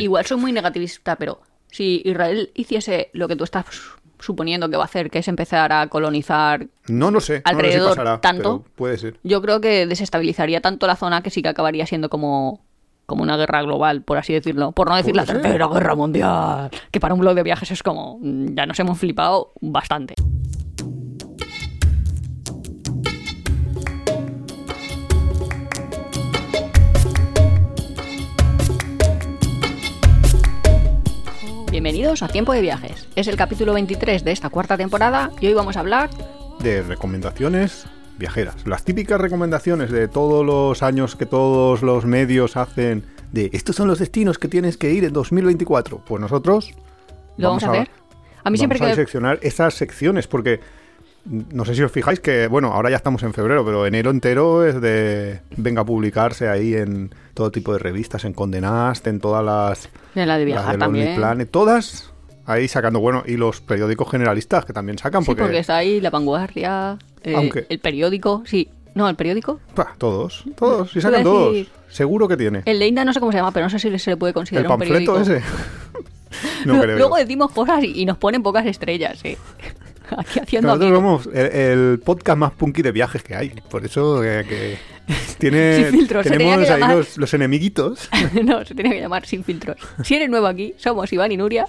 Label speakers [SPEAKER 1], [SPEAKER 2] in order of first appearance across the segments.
[SPEAKER 1] Igual soy muy negativista, pero si Israel hiciese lo que tú estás suponiendo que va a hacer, que es empezar a colonizar
[SPEAKER 2] No lo sé. no lo sé si
[SPEAKER 1] Alrededor
[SPEAKER 2] pasará,
[SPEAKER 1] tanto.
[SPEAKER 2] pero puede ser.
[SPEAKER 1] Yo creo que desestabilizaría tanto la zona que sí que acabaría siendo como, como una guerra global, por así decirlo. Por no decir la
[SPEAKER 2] Puede ser.
[SPEAKER 1] tercera guerra mundial, que para un blog de viajes es como, mm, ya nos hemos flipado bastante. Bienvenidos a Tiempo de Viajes. Es el capítulo 23 de esta cuarta temporada y hoy vamos a hablar
[SPEAKER 2] De recomendaciones viajeras. Las típicas recomendaciones de todos los años que todos los medios hacen de estos son los destinos que tienes que ir en 2024. Pues nosotros
[SPEAKER 1] ¿Lo vamos, a ver? A mí siempre
[SPEAKER 2] vamos a
[SPEAKER 1] que...
[SPEAKER 2] diseccionar esas secciones porque no sé si os fijáis que, bueno, ahora ya estamos en febrero, pero enero entero es de venga a publicarse ahí en todo tipo de revistas, en Condenast, en todas las
[SPEAKER 1] de la de
[SPEAKER 2] las
[SPEAKER 1] viajar
[SPEAKER 2] del Lonely
[SPEAKER 1] también.
[SPEAKER 2] Planet, todas ahí sacando, bueno, y los periódicos generalistas que también sacan
[SPEAKER 1] Sí,
[SPEAKER 2] porque,
[SPEAKER 1] porque está ahí La Vanguardia, eh,
[SPEAKER 2] Aunque-
[SPEAKER 1] el periódico, sí. No, el periódico.
[SPEAKER 2] pa, todos, todos, si
[SPEAKER 1] Iba a
[SPEAKER 2] sacan todos,
[SPEAKER 1] decir-
[SPEAKER 2] seguro que tiene. El,
[SPEAKER 1] El Leinda no sé cómo se llama, pero no sé si se le puede considerar un periódico.
[SPEAKER 2] panfleto ese. no
[SPEAKER 1] Lu-
[SPEAKER 2] creo.
[SPEAKER 1] Luego decimos cosas y y nos ponen pocas estrellas, eh. Aquí haciendo
[SPEAKER 2] Nosotros
[SPEAKER 1] amigos,
[SPEAKER 2] somos el, el podcast más punky de viajes que hay. Por eso eh, que tiene,
[SPEAKER 1] Sin filtros, se tenía
[SPEAKER 2] tenemos
[SPEAKER 1] que
[SPEAKER 2] ahí
[SPEAKER 1] llamar.
[SPEAKER 2] los, los enemiguitos.
[SPEAKER 1] no, se tiene que llamar sin filtros. Si eres nuevo aquí, somos Iván y Nuria.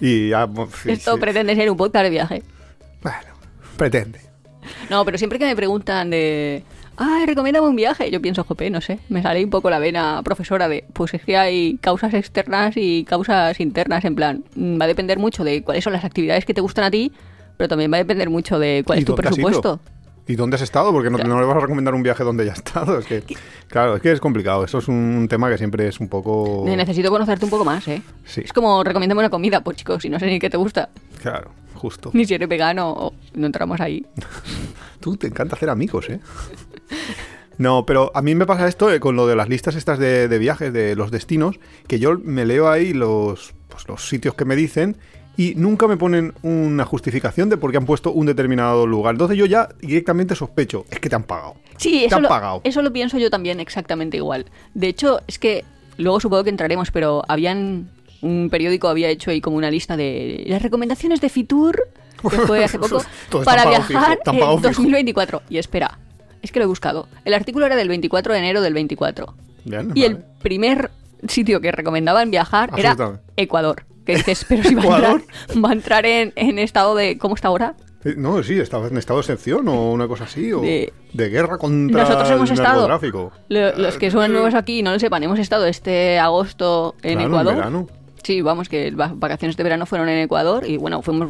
[SPEAKER 2] Y ya, bueno, sí,
[SPEAKER 1] Esto
[SPEAKER 2] sí.
[SPEAKER 1] pretende ser un podcast de viaje.
[SPEAKER 2] Bueno, pretende.
[SPEAKER 1] No, pero siempre que me preguntan de. Ay, recomiéndame un viaje. Yo pienso, jope, no sé. Me sale un poco la vena profesora de. Pues es que hay causas externas y causas internas. En plan, mm, va a depender mucho de cuáles son las actividades que te gustan a ti, pero también va a depender mucho de cuál
[SPEAKER 2] ¿Y
[SPEAKER 1] es Pues tu
[SPEAKER 2] dónde has
[SPEAKER 1] presupuesto.
[SPEAKER 2] ido? ¿Y dónde has estado? Porque no,
[SPEAKER 1] Claro.
[SPEAKER 2] no le vas a recomendar un viaje donde ya has estado. Es que, claro, es que es complicado. Eso es un tema que siempre es un poco...
[SPEAKER 1] Ne- Necesito conocerte un poco más, ¿eh?
[SPEAKER 2] Sí.
[SPEAKER 1] Es como, recomiéndame una comida, pues chicos, si no sé ni qué te gusta,
[SPEAKER 2] Claro, justo.
[SPEAKER 1] ni si eres vegano, o- no entramos ahí.
[SPEAKER 2] Tú te encanta hacer amigos, ¿eh? No, pero a mí me pasa esto eh, con lo de las listas estas de, de viajes, de los destinos, que yo me leo ahí los, pues, los sitios que me dicen y nunca me ponen una justificación de por qué han puesto un determinado lugar. Entonces yo ya directamente sospecho, es que te han pagado.
[SPEAKER 1] Sí,
[SPEAKER 2] te
[SPEAKER 1] eso
[SPEAKER 2] han
[SPEAKER 1] lo,
[SPEAKER 2] pagado.
[SPEAKER 1] eso lo pienso yo también exactamente igual. De hecho, es que luego supongo que entraremos, pero habían un periódico había hecho ahí como una lista de las recomendaciones de Fitur que fue hace poco
[SPEAKER 2] Todo está
[SPEAKER 1] para
[SPEAKER 2] pagado
[SPEAKER 1] viajar
[SPEAKER 2] fijo, está pagado
[SPEAKER 1] en
[SPEAKER 2] fijo.
[SPEAKER 1] 2024. Y espera, es que lo he buscado. El artículo era del 24 de enero del 24
[SPEAKER 2] Bien,
[SPEAKER 1] y el
[SPEAKER 2] vale.
[SPEAKER 1] primer sitio que recomendaban viajar era
[SPEAKER 2] Absolutamente.
[SPEAKER 1] Ecuador. Que dices, pero si va a entrar,
[SPEAKER 2] ¿Ecuador?
[SPEAKER 1] va a entrar en, en estado de cómo está ahora.
[SPEAKER 2] Eh, No, sí, estaba en estado de excepción o una cosa así, o
[SPEAKER 1] De-
[SPEAKER 2] de, guerra contra
[SPEAKER 1] Nosotros hemos
[SPEAKER 2] el
[SPEAKER 1] estado.
[SPEAKER 2] narcotráfico.
[SPEAKER 1] Lo- los que son nuevos aquí y no lo sepan, hemos estado este agosto en
[SPEAKER 2] Claro, en
[SPEAKER 1] Ecuador.
[SPEAKER 2] verano.
[SPEAKER 1] Sí, vamos, que va- vacaciones de verano fueron en Ecuador y bueno, fuimos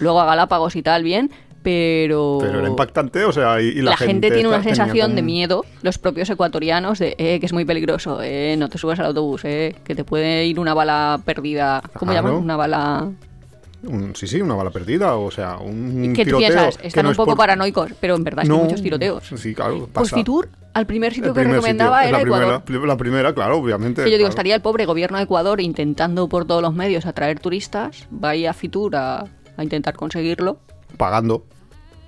[SPEAKER 1] luego a Galápagos y tal, bien, pero.
[SPEAKER 2] Pero era impactante, o sea, y, y la,
[SPEAKER 1] La, gente, tiene una
[SPEAKER 2] tenía
[SPEAKER 1] sensación de
[SPEAKER 2] como-
[SPEAKER 1] miedo, los propios ecuatorianos, de eh, que es muy peligroso, eh, no te subas al autobús, eh, que te puede ir una bala perdida. ¿Cómo
[SPEAKER 2] Claro.
[SPEAKER 1] llaman? Una bala.
[SPEAKER 2] Un- sí, sí, una bala perdida, o sea, un
[SPEAKER 1] que tú
[SPEAKER 2] tiroteo.
[SPEAKER 1] piensas,
[SPEAKER 2] que
[SPEAKER 1] están
[SPEAKER 2] no
[SPEAKER 1] un
[SPEAKER 2] es
[SPEAKER 1] poco
[SPEAKER 2] por-
[SPEAKER 1] paranoicos, pero en verdad es que
[SPEAKER 2] No,
[SPEAKER 1] hay muchos tiroteos.
[SPEAKER 2] Sí, claro,
[SPEAKER 1] Pues
[SPEAKER 2] pasa. Eh,
[SPEAKER 1] Fitur, al primer sitio
[SPEAKER 2] El
[SPEAKER 1] que
[SPEAKER 2] primer
[SPEAKER 1] recomendaba
[SPEAKER 2] sitio,
[SPEAKER 1] era
[SPEAKER 2] es la
[SPEAKER 1] Ecuador.
[SPEAKER 2] Primera, la primera, claro, obviamente.
[SPEAKER 1] Que yo digo,
[SPEAKER 2] claro.
[SPEAKER 1] estaría el pobre gobierno de Ecuador intentando por todos los medios atraer turistas, va ahí a Fitur a, a intentar conseguirlo.
[SPEAKER 2] Pagando.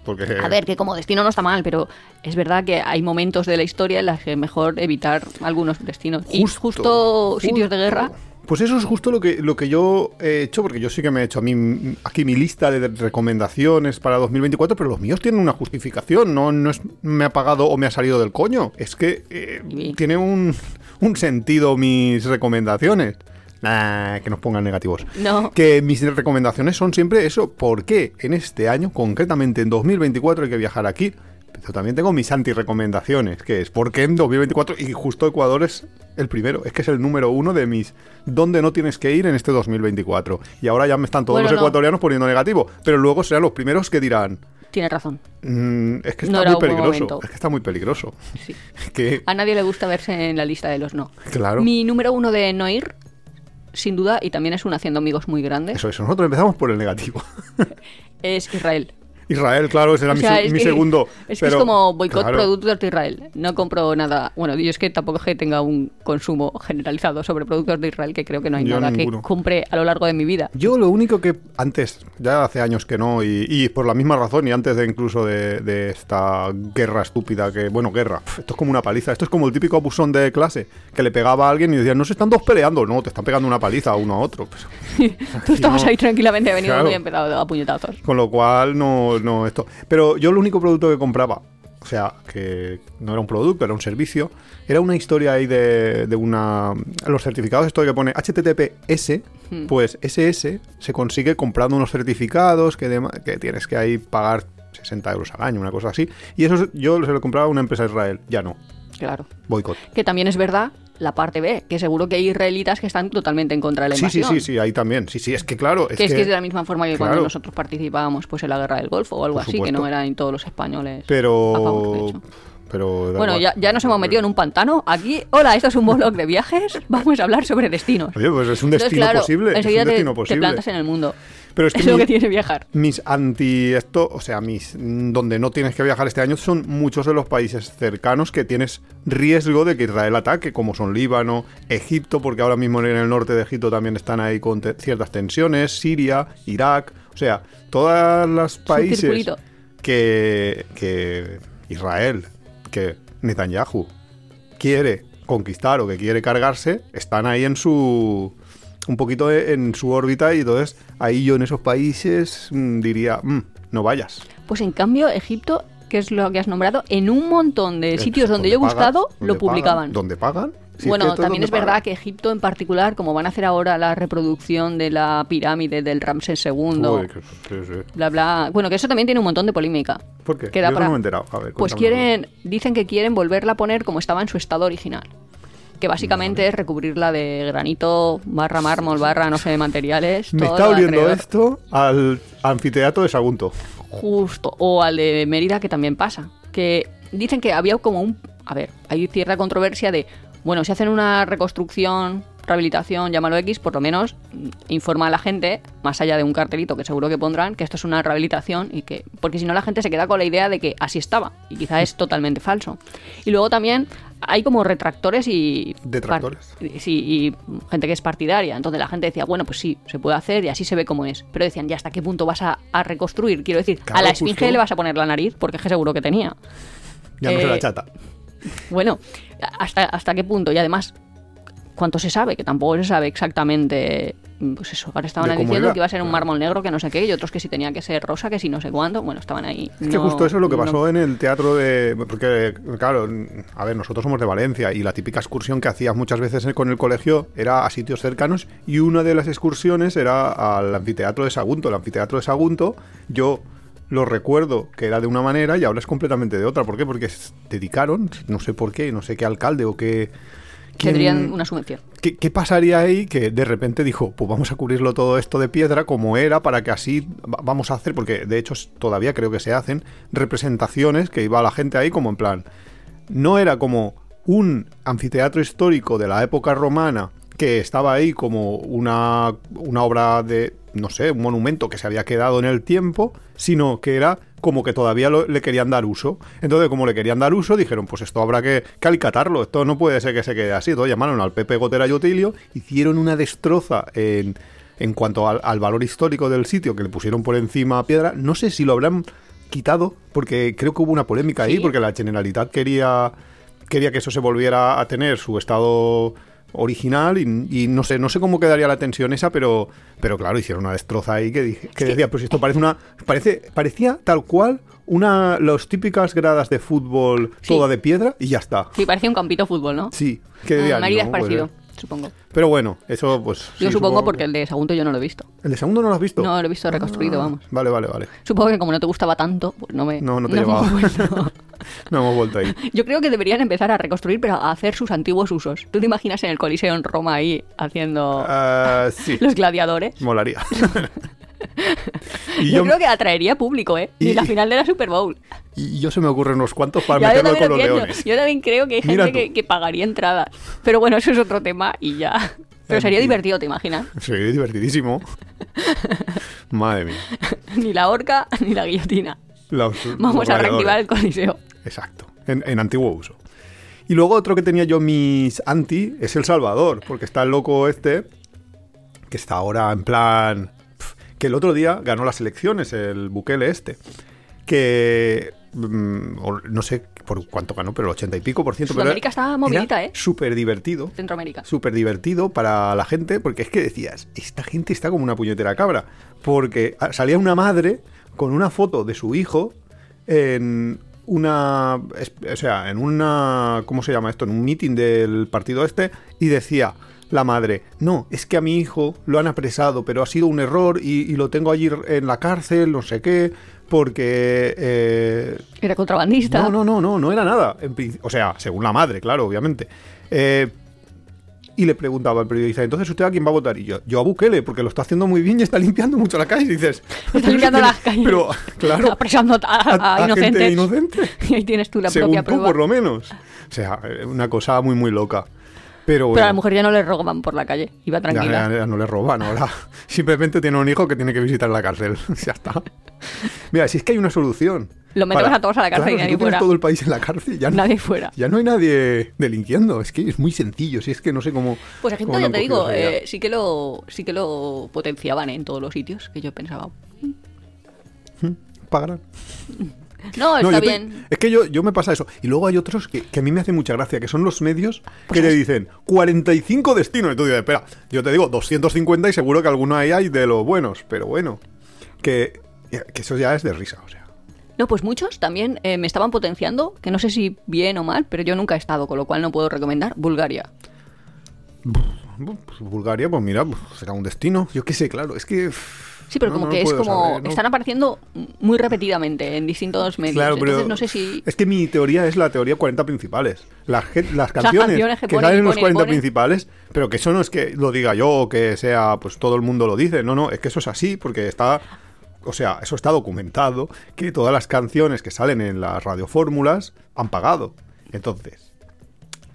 [SPEAKER 2] Porque...
[SPEAKER 1] A ver, que como destino no está mal, pero es verdad que hay momentos de la historia en las que mejor evitar algunos destinos. y justo sitios de
[SPEAKER 2] justo.
[SPEAKER 1] guerra.
[SPEAKER 2] Pues eso es justo lo que, lo que yo he hecho, porque yo sí que me he hecho a mí, aquí mi lista de recomendaciones para 2024, pero los míos tienen una justificación, no, no es me ha pagado o me ha salido del coño, es que eh,
[SPEAKER 1] Y-
[SPEAKER 2] tiene un, un sentido mis recomendaciones. Nah, que nos pongan negativos.
[SPEAKER 1] No.
[SPEAKER 2] Que mis recomendaciones son siempre eso, porque en este año, concretamente en 2024, hay que viajar aquí. Pero también tengo mis anti-recomendaciones, que es porque en 2024, y justo Ecuador es el primero, es que es el número uno de mis dónde no tienes que ir en este 2024. Y ahora ya me están todos
[SPEAKER 1] Bueno,
[SPEAKER 2] los
[SPEAKER 1] no.
[SPEAKER 2] ecuatorianos poniendo negativo, pero luego serán los primeros que dirán,
[SPEAKER 1] Tienes razón.
[SPEAKER 2] "Mm, es que
[SPEAKER 1] No era
[SPEAKER 2] está muy
[SPEAKER 1] un buen
[SPEAKER 2] peligroso,
[SPEAKER 1] momento.
[SPEAKER 2] es que está muy peligroso.
[SPEAKER 1] Sí.
[SPEAKER 2] Es que,
[SPEAKER 1] A nadie le gusta verse en la lista de los no.
[SPEAKER 2] claro,
[SPEAKER 1] Mi número uno de no ir, sin duda, y también es un haciendo amigos muy grande,
[SPEAKER 2] eso, eso, nosotros empezamos por el negativo.
[SPEAKER 1] es Israel.
[SPEAKER 2] Israel, claro, ese era
[SPEAKER 1] O
[SPEAKER 2] mi,
[SPEAKER 1] sea,
[SPEAKER 2] se-
[SPEAKER 1] es
[SPEAKER 2] mi
[SPEAKER 1] que-
[SPEAKER 2] segundo.
[SPEAKER 1] Es que
[SPEAKER 2] pero,
[SPEAKER 1] es como boicot
[SPEAKER 2] claro,
[SPEAKER 1] productos de Israel. No compro nada. Bueno, yo es que tampoco es que tenga un consumo generalizado sobre productos de Israel, que creo que no hay
[SPEAKER 2] Yo
[SPEAKER 1] nada
[SPEAKER 2] ninguno.
[SPEAKER 1] que compre a lo largo de mi vida.
[SPEAKER 2] Yo lo único que antes, ya hace años que no, y, y por la misma razón, y antes de incluso de, de esta guerra estúpida que, bueno, guerra, pf, esto es como una paliza, esto es como el típico abusón de clase, que le pegaba a alguien y decía, no se están dos peleando, no, te están pegando una paliza uno a otro. Pues,
[SPEAKER 1] Tú estabas
[SPEAKER 2] no.
[SPEAKER 1] ahí tranquilamente, ha venido
[SPEAKER 2] Claro.
[SPEAKER 1] uno y ha empezado a puñetazos.
[SPEAKER 2] Con lo cual, no, no esto. Pero yo el único producto que compraba, o sea, que no era un producto, era un servicio, era una historia ahí de, de una... Los certificados, esto que pone HTTPS,
[SPEAKER 1] Hmm.
[SPEAKER 2] pues SS se consigue comprando unos certificados que, dema- que tienes que ahí pagar 60 euros al año, una cosa así. Y eso yo se lo compraba a una empresa de Israel, ya no.
[SPEAKER 1] Claro.
[SPEAKER 2] Boicot.
[SPEAKER 1] Que también es verdad la parte B, que seguro que hay israelitas que están totalmente en contra de la
[SPEAKER 2] Sí, sí,
[SPEAKER 1] invasión.
[SPEAKER 2] sí, sí, ahí también. Sí, sí, es que claro, es
[SPEAKER 1] Que es, que es de
[SPEAKER 2] que...
[SPEAKER 1] la misma forma que
[SPEAKER 2] Claro.
[SPEAKER 1] cuando nosotros participábamos pues en la guerra del Golfo o algo
[SPEAKER 2] Por
[SPEAKER 1] así, que
[SPEAKER 2] supuesto.
[SPEAKER 1] no eran todos los españoles. a favor, de
[SPEAKER 2] Pero...
[SPEAKER 1] hecho.
[SPEAKER 2] Pero da
[SPEAKER 1] Bueno,
[SPEAKER 2] igual.
[SPEAKER 1] ya, ya nos hemos metido en un pantano. Aquí, hola, esto es un blog de viajes. Vamos a hablar sobre destinos.
[SPEAKER 2] Oye, pues es un destino
[SPEAKER 1] Entonces, claro,
[SPEAKER 2] posible. Es un
[SPEAKER 1] enseguida te-
[SPEAKER 2] destino
[SPEAKER 1] te,
[SPEAKER 2] posible.
[SPEAKER 1] plantas en el mundo.
[SPEAKER 2] Pero es
[SPEAKER 1] Es,
[SPEAKER 2] que,
[SPEAKER 1] lo
[SPEAKER 2] mi-
[SPEAKER 1] que tiene viajar.
[SPEAKER 2] mis anti esto, o sea, mis mm, donde no tienes que viajar este año son muchos de los países cercanos que tienes riesgo de que Israel ataque, como son Líbano, Egipto, porque ahora mismo en el norte de Egipto también están ahí con te- ciertas tensiones, Siria, Irak, o sea, todas las países
[SPEAKER 1] circulito.
[SPEAKER 2] que que Israel, que Netanyahu quiere conquistar o que quiere cargarse, están ahí en su. un poquito e- en su órbita y entonces ahí yo en esos países mm, diría, "Mm, no vayas.
[SPEAKER 1] Pues en cambio, Egipto, que es lo que has nombrado, en un montón de sitios donde, yo he
[SPEAKER 2] pagas,
[SPEAKER 1] buscado,
[SPEAKER 2] donde
[SPEAKER 1] lo
[SPEAKER 2] pagan,
[SPEAKER 1] publicaban.
[SPEAKER 2] ¿Dónde pagan? Si
[SPEAKER 1] bueno,
[SPEAKER 2] que todo
[SPEAKER 1] también
[SPEAKER 2] donde
[SPEAKER 1] es verdad
[SPEAKER 2] pagan.
[SPEAKER 1] que Egipto en particular, como van a hacer ahora la reproducción de la pirámide del Ramsés II,
[SPEAKER 2] Uy, que- sí, sí.
[SPEAKER 1] bla, bla. Bueno, que eso también tiene un montón de polémica.
[SPEAKER 2] ¿Por qué?
[SPEAKER 1] Que da
[SPEAKER 2] Yo eso
[SPEAKER 1] para-
[SPEAKER 2] no me he enterado. A ver,
[SPEAKER 1] Pues
[SPEAKER 2] cuéntame.
[SPEAKER 1] quieren, dicen que quieren volverla a poner como estaba en su estado original. Que básicamente es recubrirla de granito, barra mármol, barra no sé, de materiales.
[SPEAKER 2] Me
[SPEAKER 1] todo
[SPEAKER 2] está oliendo
[SPEAKER 1] alrededor.
[SPEAKER 2] esto al anfiteatro de Sagunto.
[SPEAKER 1] Justo. O al de Mérida, que también pasa. Que dicen que había como un. A ver, hay cierta controversia de. Bueno, si hacen una reconstrucción, rehabilitación, llámalo X, por lo menos mm, informa a la gente, más allá de un cartelito que seguro que pondrán, que esto es una rehabilitación y que. Porque si no, la gente se queda con la idea de que así estaba. Y quizá es totalmente falso. Y luego también hay como retractores y.
[SPEAKER 2] Detractores.
[SPEAKER 1] Sí, y gente que es partidaria. Entonces la gente decía, bueno, pues sí, se puede hacer y así se ve como es. Pero decían, ¿ya hasta qué punto vas a, a reconstruir? Quiero decir,
[SPEAKER 2] Claro,
[SPEAKER 1] a la esfinge
[SPEAKER 2] justo.
[SPEAKER 1] le vas a poner la nariz, porque es que seguro que tenía.
[SPEAKER 2] Ya no se
[SPEAKER 1] Eh,
[SPEAKER 2] la chata.
[SPEAKER 1] Bueno, ¿hasta, hasta qué punto? Y además, ¿cuánto se sabe? Que tampoco se sabe exactamente. Pues eso, ahora estaban
[SPEAKER 2] De
[SPEAKER 1] ahí
[SPEAKER 2] cómo
[SPEAKER 1] diciendo
[SPEAKER 2] era,
[SPEAKER 1] que iba a ser un
[SPEAKER 2] claro.
[SPEAKER 1] mármol negro, que no sé qué, y otros que sí tenía que ser rosa, que sí no sé cuándo. Bueno, estaban ahí.
[SPEAKER 2] Es que
[SPEAKER 1] No-
[SPEAKER 2] justo eso es lo que
[SPEAKER 1] no-
[SPEAKER 2] pasó en el teatro de... Porque, claro, a ver, nosotros somos de Valencia y la típica excursión que hacías muchas veces con el colegio era a sitios cercanos y una de las excursiones era al anfiteatro de Sagunto. El anfiteatro de Sagunto yo lo recuerdo que era de una manera y ahora es completamente de otra. ¿Por qué? Porque s- dedicaron, no sé por qué, no sé qué alcalde o qué... quién-
[SPEAKER 1] Tendrían una subvención.
[SPEAKER 2] ¿Qué, qué pasaría ahí que de repente dijo, pues vamos a cubrirlo todo esto de piedra como era para que así va- vamos a hacer, porque de hecho s- todavía creo que se hacen representaciones que iba la gente ahí como en plan, no era como un anfiteatro histórico de la época romana que estaba ahí como una, una obra de, no sé, un monumento que se había quedado en el tiempo, sino que era como que todavía lo- le querían dar uso. Entonces, como le querían dar uso, dijeron, pues esto habrá que, que alicatarlo, esto no puede ser que se quede así. Entonces llamaron al Pepe Gotera y Otilio, hicieron una destroza en, en cuanto al, al valor histórico del sitio, que le pusieron por encima piedra. No sé si lo habrán quitado, porque creo que hubo una polémica ahí,
[SPEAKER 1] Sí.
[SPEAKER 2] porque la Generalitat quería, quería que eso se volviera a tener su estado original y, y no sé no sé cómo quedaría la tensión esa pero pero claro hicieron una destroza ahí que dije que decía pues esto parece una parece parecía tal cual una las típicas gradas de fútbol
[SPEAKER 1] Sí.
[SPEAKER 2] toda de piedra y ya está
[SPEAKER 1] Sí, parecía un campito de fútbol, ¿no?
[SPEAKER 2] sí que
[SPEAKER 1] Ah,
[SPEAKER 2] dirían,
[SPEAKER 1] Mérida
[SPEAKER 2] no,
[SPEAKER 1] es
[SPEAKER 2] pues,
[SPEAKER 1] parecido,
[SPEAKER 2] eh.
[SPEAKER 1] supongo.
[SPEAKER 2] pero bueno eso pues
[SPEAKER 1] Yo
[SPEAKER 2] sí,
[SPEAKER 1] supongo porque el de Sagunto yo no lo he visto.
[SPEAKER 2] el de segundo no lo has visto Ah,
[SPEAKER 1] No lo he visto reconstruido, vamos.
[SPEAKER 2] vale vale vale
[SPEAKER 1] Supongo que como no te gustaba tanto, pues no me.
[SPEAKER 2] no no te
[SPEAKER 1] me
[SPEAKER 2] llevaba
[SPEAKER 1] acuerdo.
[SPEAKER 2] no hemos vuelto ahí
[SPEAKER 1] Yo creo que deberían empezar a reconstruir, pero a hacer sus antiguos usos. ¿Tú te imaginas en el Coliseo en Roma ahí haciendo
[SPEAKER 2] Ah, sí
[SPEAKER 1] los gladiadores?
[SPEAKER 2] molaría
[SPEAKER 1] Yo, creo que atraería público, ¿eh? Y,
[SPEAKER 2] y-
[SPEAKER 1] la final de la Super Bowl.
[SPEAKER 2] Y yo se me ocurren unos cuantos para
[SPEAKER 1] Ya, yo,
[SPEAKER 2] meterlo
[SPEAKER 1] también lo
[SPEAKER 2] con los
[SPEAKER 1] pienso.
[SPEAKER 2] leones.
[SPEAKER 1] Yo también creo que hay
[SPEAKER 2] Mira
[SPEAKER 1] gente
[SPEAKER 2] tú.
[SPEAKER 1] que, que pagaría entradas. Pero bueno, eso es otro tema y ya. Pero sería
[SPEAKER 2] En fin.
[SPEAKER 1] divertido, ¿te imaginas?
[SPEAKER 2] Sí, divertidísimo. Madre mía.
[SPEAKER 1] ni la horca ni la guillotina.
[SPEAKER 2] Los- los
[SPEAKER 1] Vamos a
[SPEAKER 2] gladiadores.
[SPEAKER 1] reactivar el coliseo.
[SPEAKER 2] Exacto, en, en antiguo uso. Y luego otro que tenía yo en mis anti es El Salvador, porque está el loco este, que está ahora en plan... pf, que el otro día ganó las elecciones, el Bukele este, que... mm, o no sé por cuánto ganó, pero el ochenta y pico por ciento. pero era-
[SPEAKER 1] Sudamérica estaba movidita,
[SPEAKER 2] era
[SPEAKER 1] ¿eh?
[SPEAKER 2] Súper divertido
[SPEAKER 1] Centroamérica.
[SPEAKER 2] súper divertido para la gente, porque es que decías, esta gente está como una puñetera cabra, porque ah, salía una madre con una foto de su hijo en una, es- o sea, en una, ¿cómo se llama esto? En un meeting del partido este y decía la madre, no, es que a mi hijo lo han apresado, pero ha sido un error y, y lo tengo allí en la cárcel, no sé qué, porque eh,
[SPEAKER 1] Era contrabandista.
[SPEAKER 2] no, no, no, no, no era nada. En prin- o sea, según la madre, claro, obviamente. Eh, y le preguntaba al periodista, entonces usted a quién va a votar? Y yo, yo a Bukele, porque lo está haciendo muy bien y está limpiando mucho la calle. Y dices,
[SPEAKER 1] Está limpiando las calles.
[SPEAKER 2] Pero, claro,
[SPEAKER 1] Apresando a, a- a
[SPEAKER 2] a gente
[SPEAKER 1] inocentes.
[SPEAKER 2] inocente.
[SPEAKER 1] Y ahí tienes tú la
[SPEAKER 2] según
[SPEAKER 1] propia
[SPEAKER 2] tú,
[SPEAKER 1] prueba.
[SPEAKER 2] por lo menos. O sea, eh, una cosa muy, muy loca.
[SPEAKER 1] Pero a
[SPEAKER 2] Pero, bueno,
[SPEAKER 1] la mujer ya no le roban por la calle. Iba
[SPEAKER 2] ya-
[SPEAKER 1] tranquila.
[SPEAKER 2] ya- ya no le roban ahora. Simplemente tiene un hijo que tiene que visitar la cárcel. ya está. Mira, si es que hay una solución.
[SPEAKER 1] Lo metemos a todos a la cárcel
[SPEAKER 2] Claro,
[SPEAKER 1] y
[SPEAKER 2] si
[SPEAKER 1] nadie
[SPEAKER 2] tú tienes
[SPEAKER 1] fuera.
[SPEAKER 2] todo el país en la cárcel, ya no,
[SPEAKER 1] Nadie fuera.
[SPEAKER 2] Ya no hay nadie delinquiendo, es que es muy sencillo, si es que no sé cómo...
[SPEAKER 1] Pues a gente,
[SPEAKER 2] cómo lo
[SPEAKER 1] yo
[SPEAKER 2] han
[SPEAKER 1] te
[SPEAKER 2] cogido
[SPEAKER 1] digo,
[SPEAKER 2] esa idea.
[SPEAKER 1] eh, sí que lo sí que lo potenciaban ¿eh? en todos los sitios que yo pensaba.
[SPEAKER 2] Pagarán.
[SPEAKER 1] No,
[SPEAKER 2] No,
[SPEAKER 1] está
[SPEAKER 2] yo te-
[SPEAKER 1] bien.
[SPEAKER 2] es que yo, yo me pasa eso. Y luego hay otros que, que a mí me hace mucha gracia, que son los medios
[SPEAKER 1] Pues
[SPEAKER 2] que te
[SPEAKER 1] es-
[SPEAKER 2] dicen 45 destinos. Y tú dices, espera, yo te digo 250 y seguro que alguno ahí hay de los buenos, pero bueno. Que, que eso ya es de risa, o sea.
[SPEAKER 1] No, pues muchos también eh, me estaban potenciando, que no sé si bien o mal, pero yo nunca he estado, con lo cual no puedo recomendar Bulgaria.
[SPEAKER 2] Pues Bulgaria, pues mira, pues será un destino. Yo qué sé, claro. Es que.
[SPEAKER 1] Sí, pero
[SPEAKER 2] no,
[SPEAKER 1] como
[SPEAKER 2] no
[SPEAKER 1] que es
[SPEAKER 2] puedo
[SPEAKER 1] como
[SPEAKER 2] saber, no.
[SPEAKER 1] están apareciendo muy repetidamente en distintos medios.
[SPEAKER 2] Claro, pero
[SPEAKER 1] Entonces no sé si
[SPEAKER 2] Es que mi teoría es la teoría 40 principales. Las, gen- las canciones,
[SPEAKER 1] canciones
[SPEAKER 2] que,
[SPEAKER 1] que ponen,
[SPEAKER 2] salen en los
[SPEAKER 1] ponen,
[SPEAKER 2] 40
[SPEAKER 1] ponen.
[SPEAKER 2] principales, pero que eso no es que lo diga yo o que sea, pues todo el mundo lo dice. No, no, es que eso es así porque está... O sea, eso está documentado, que todas las canciones que salen en las radiofórmulas han pagado. Entonces,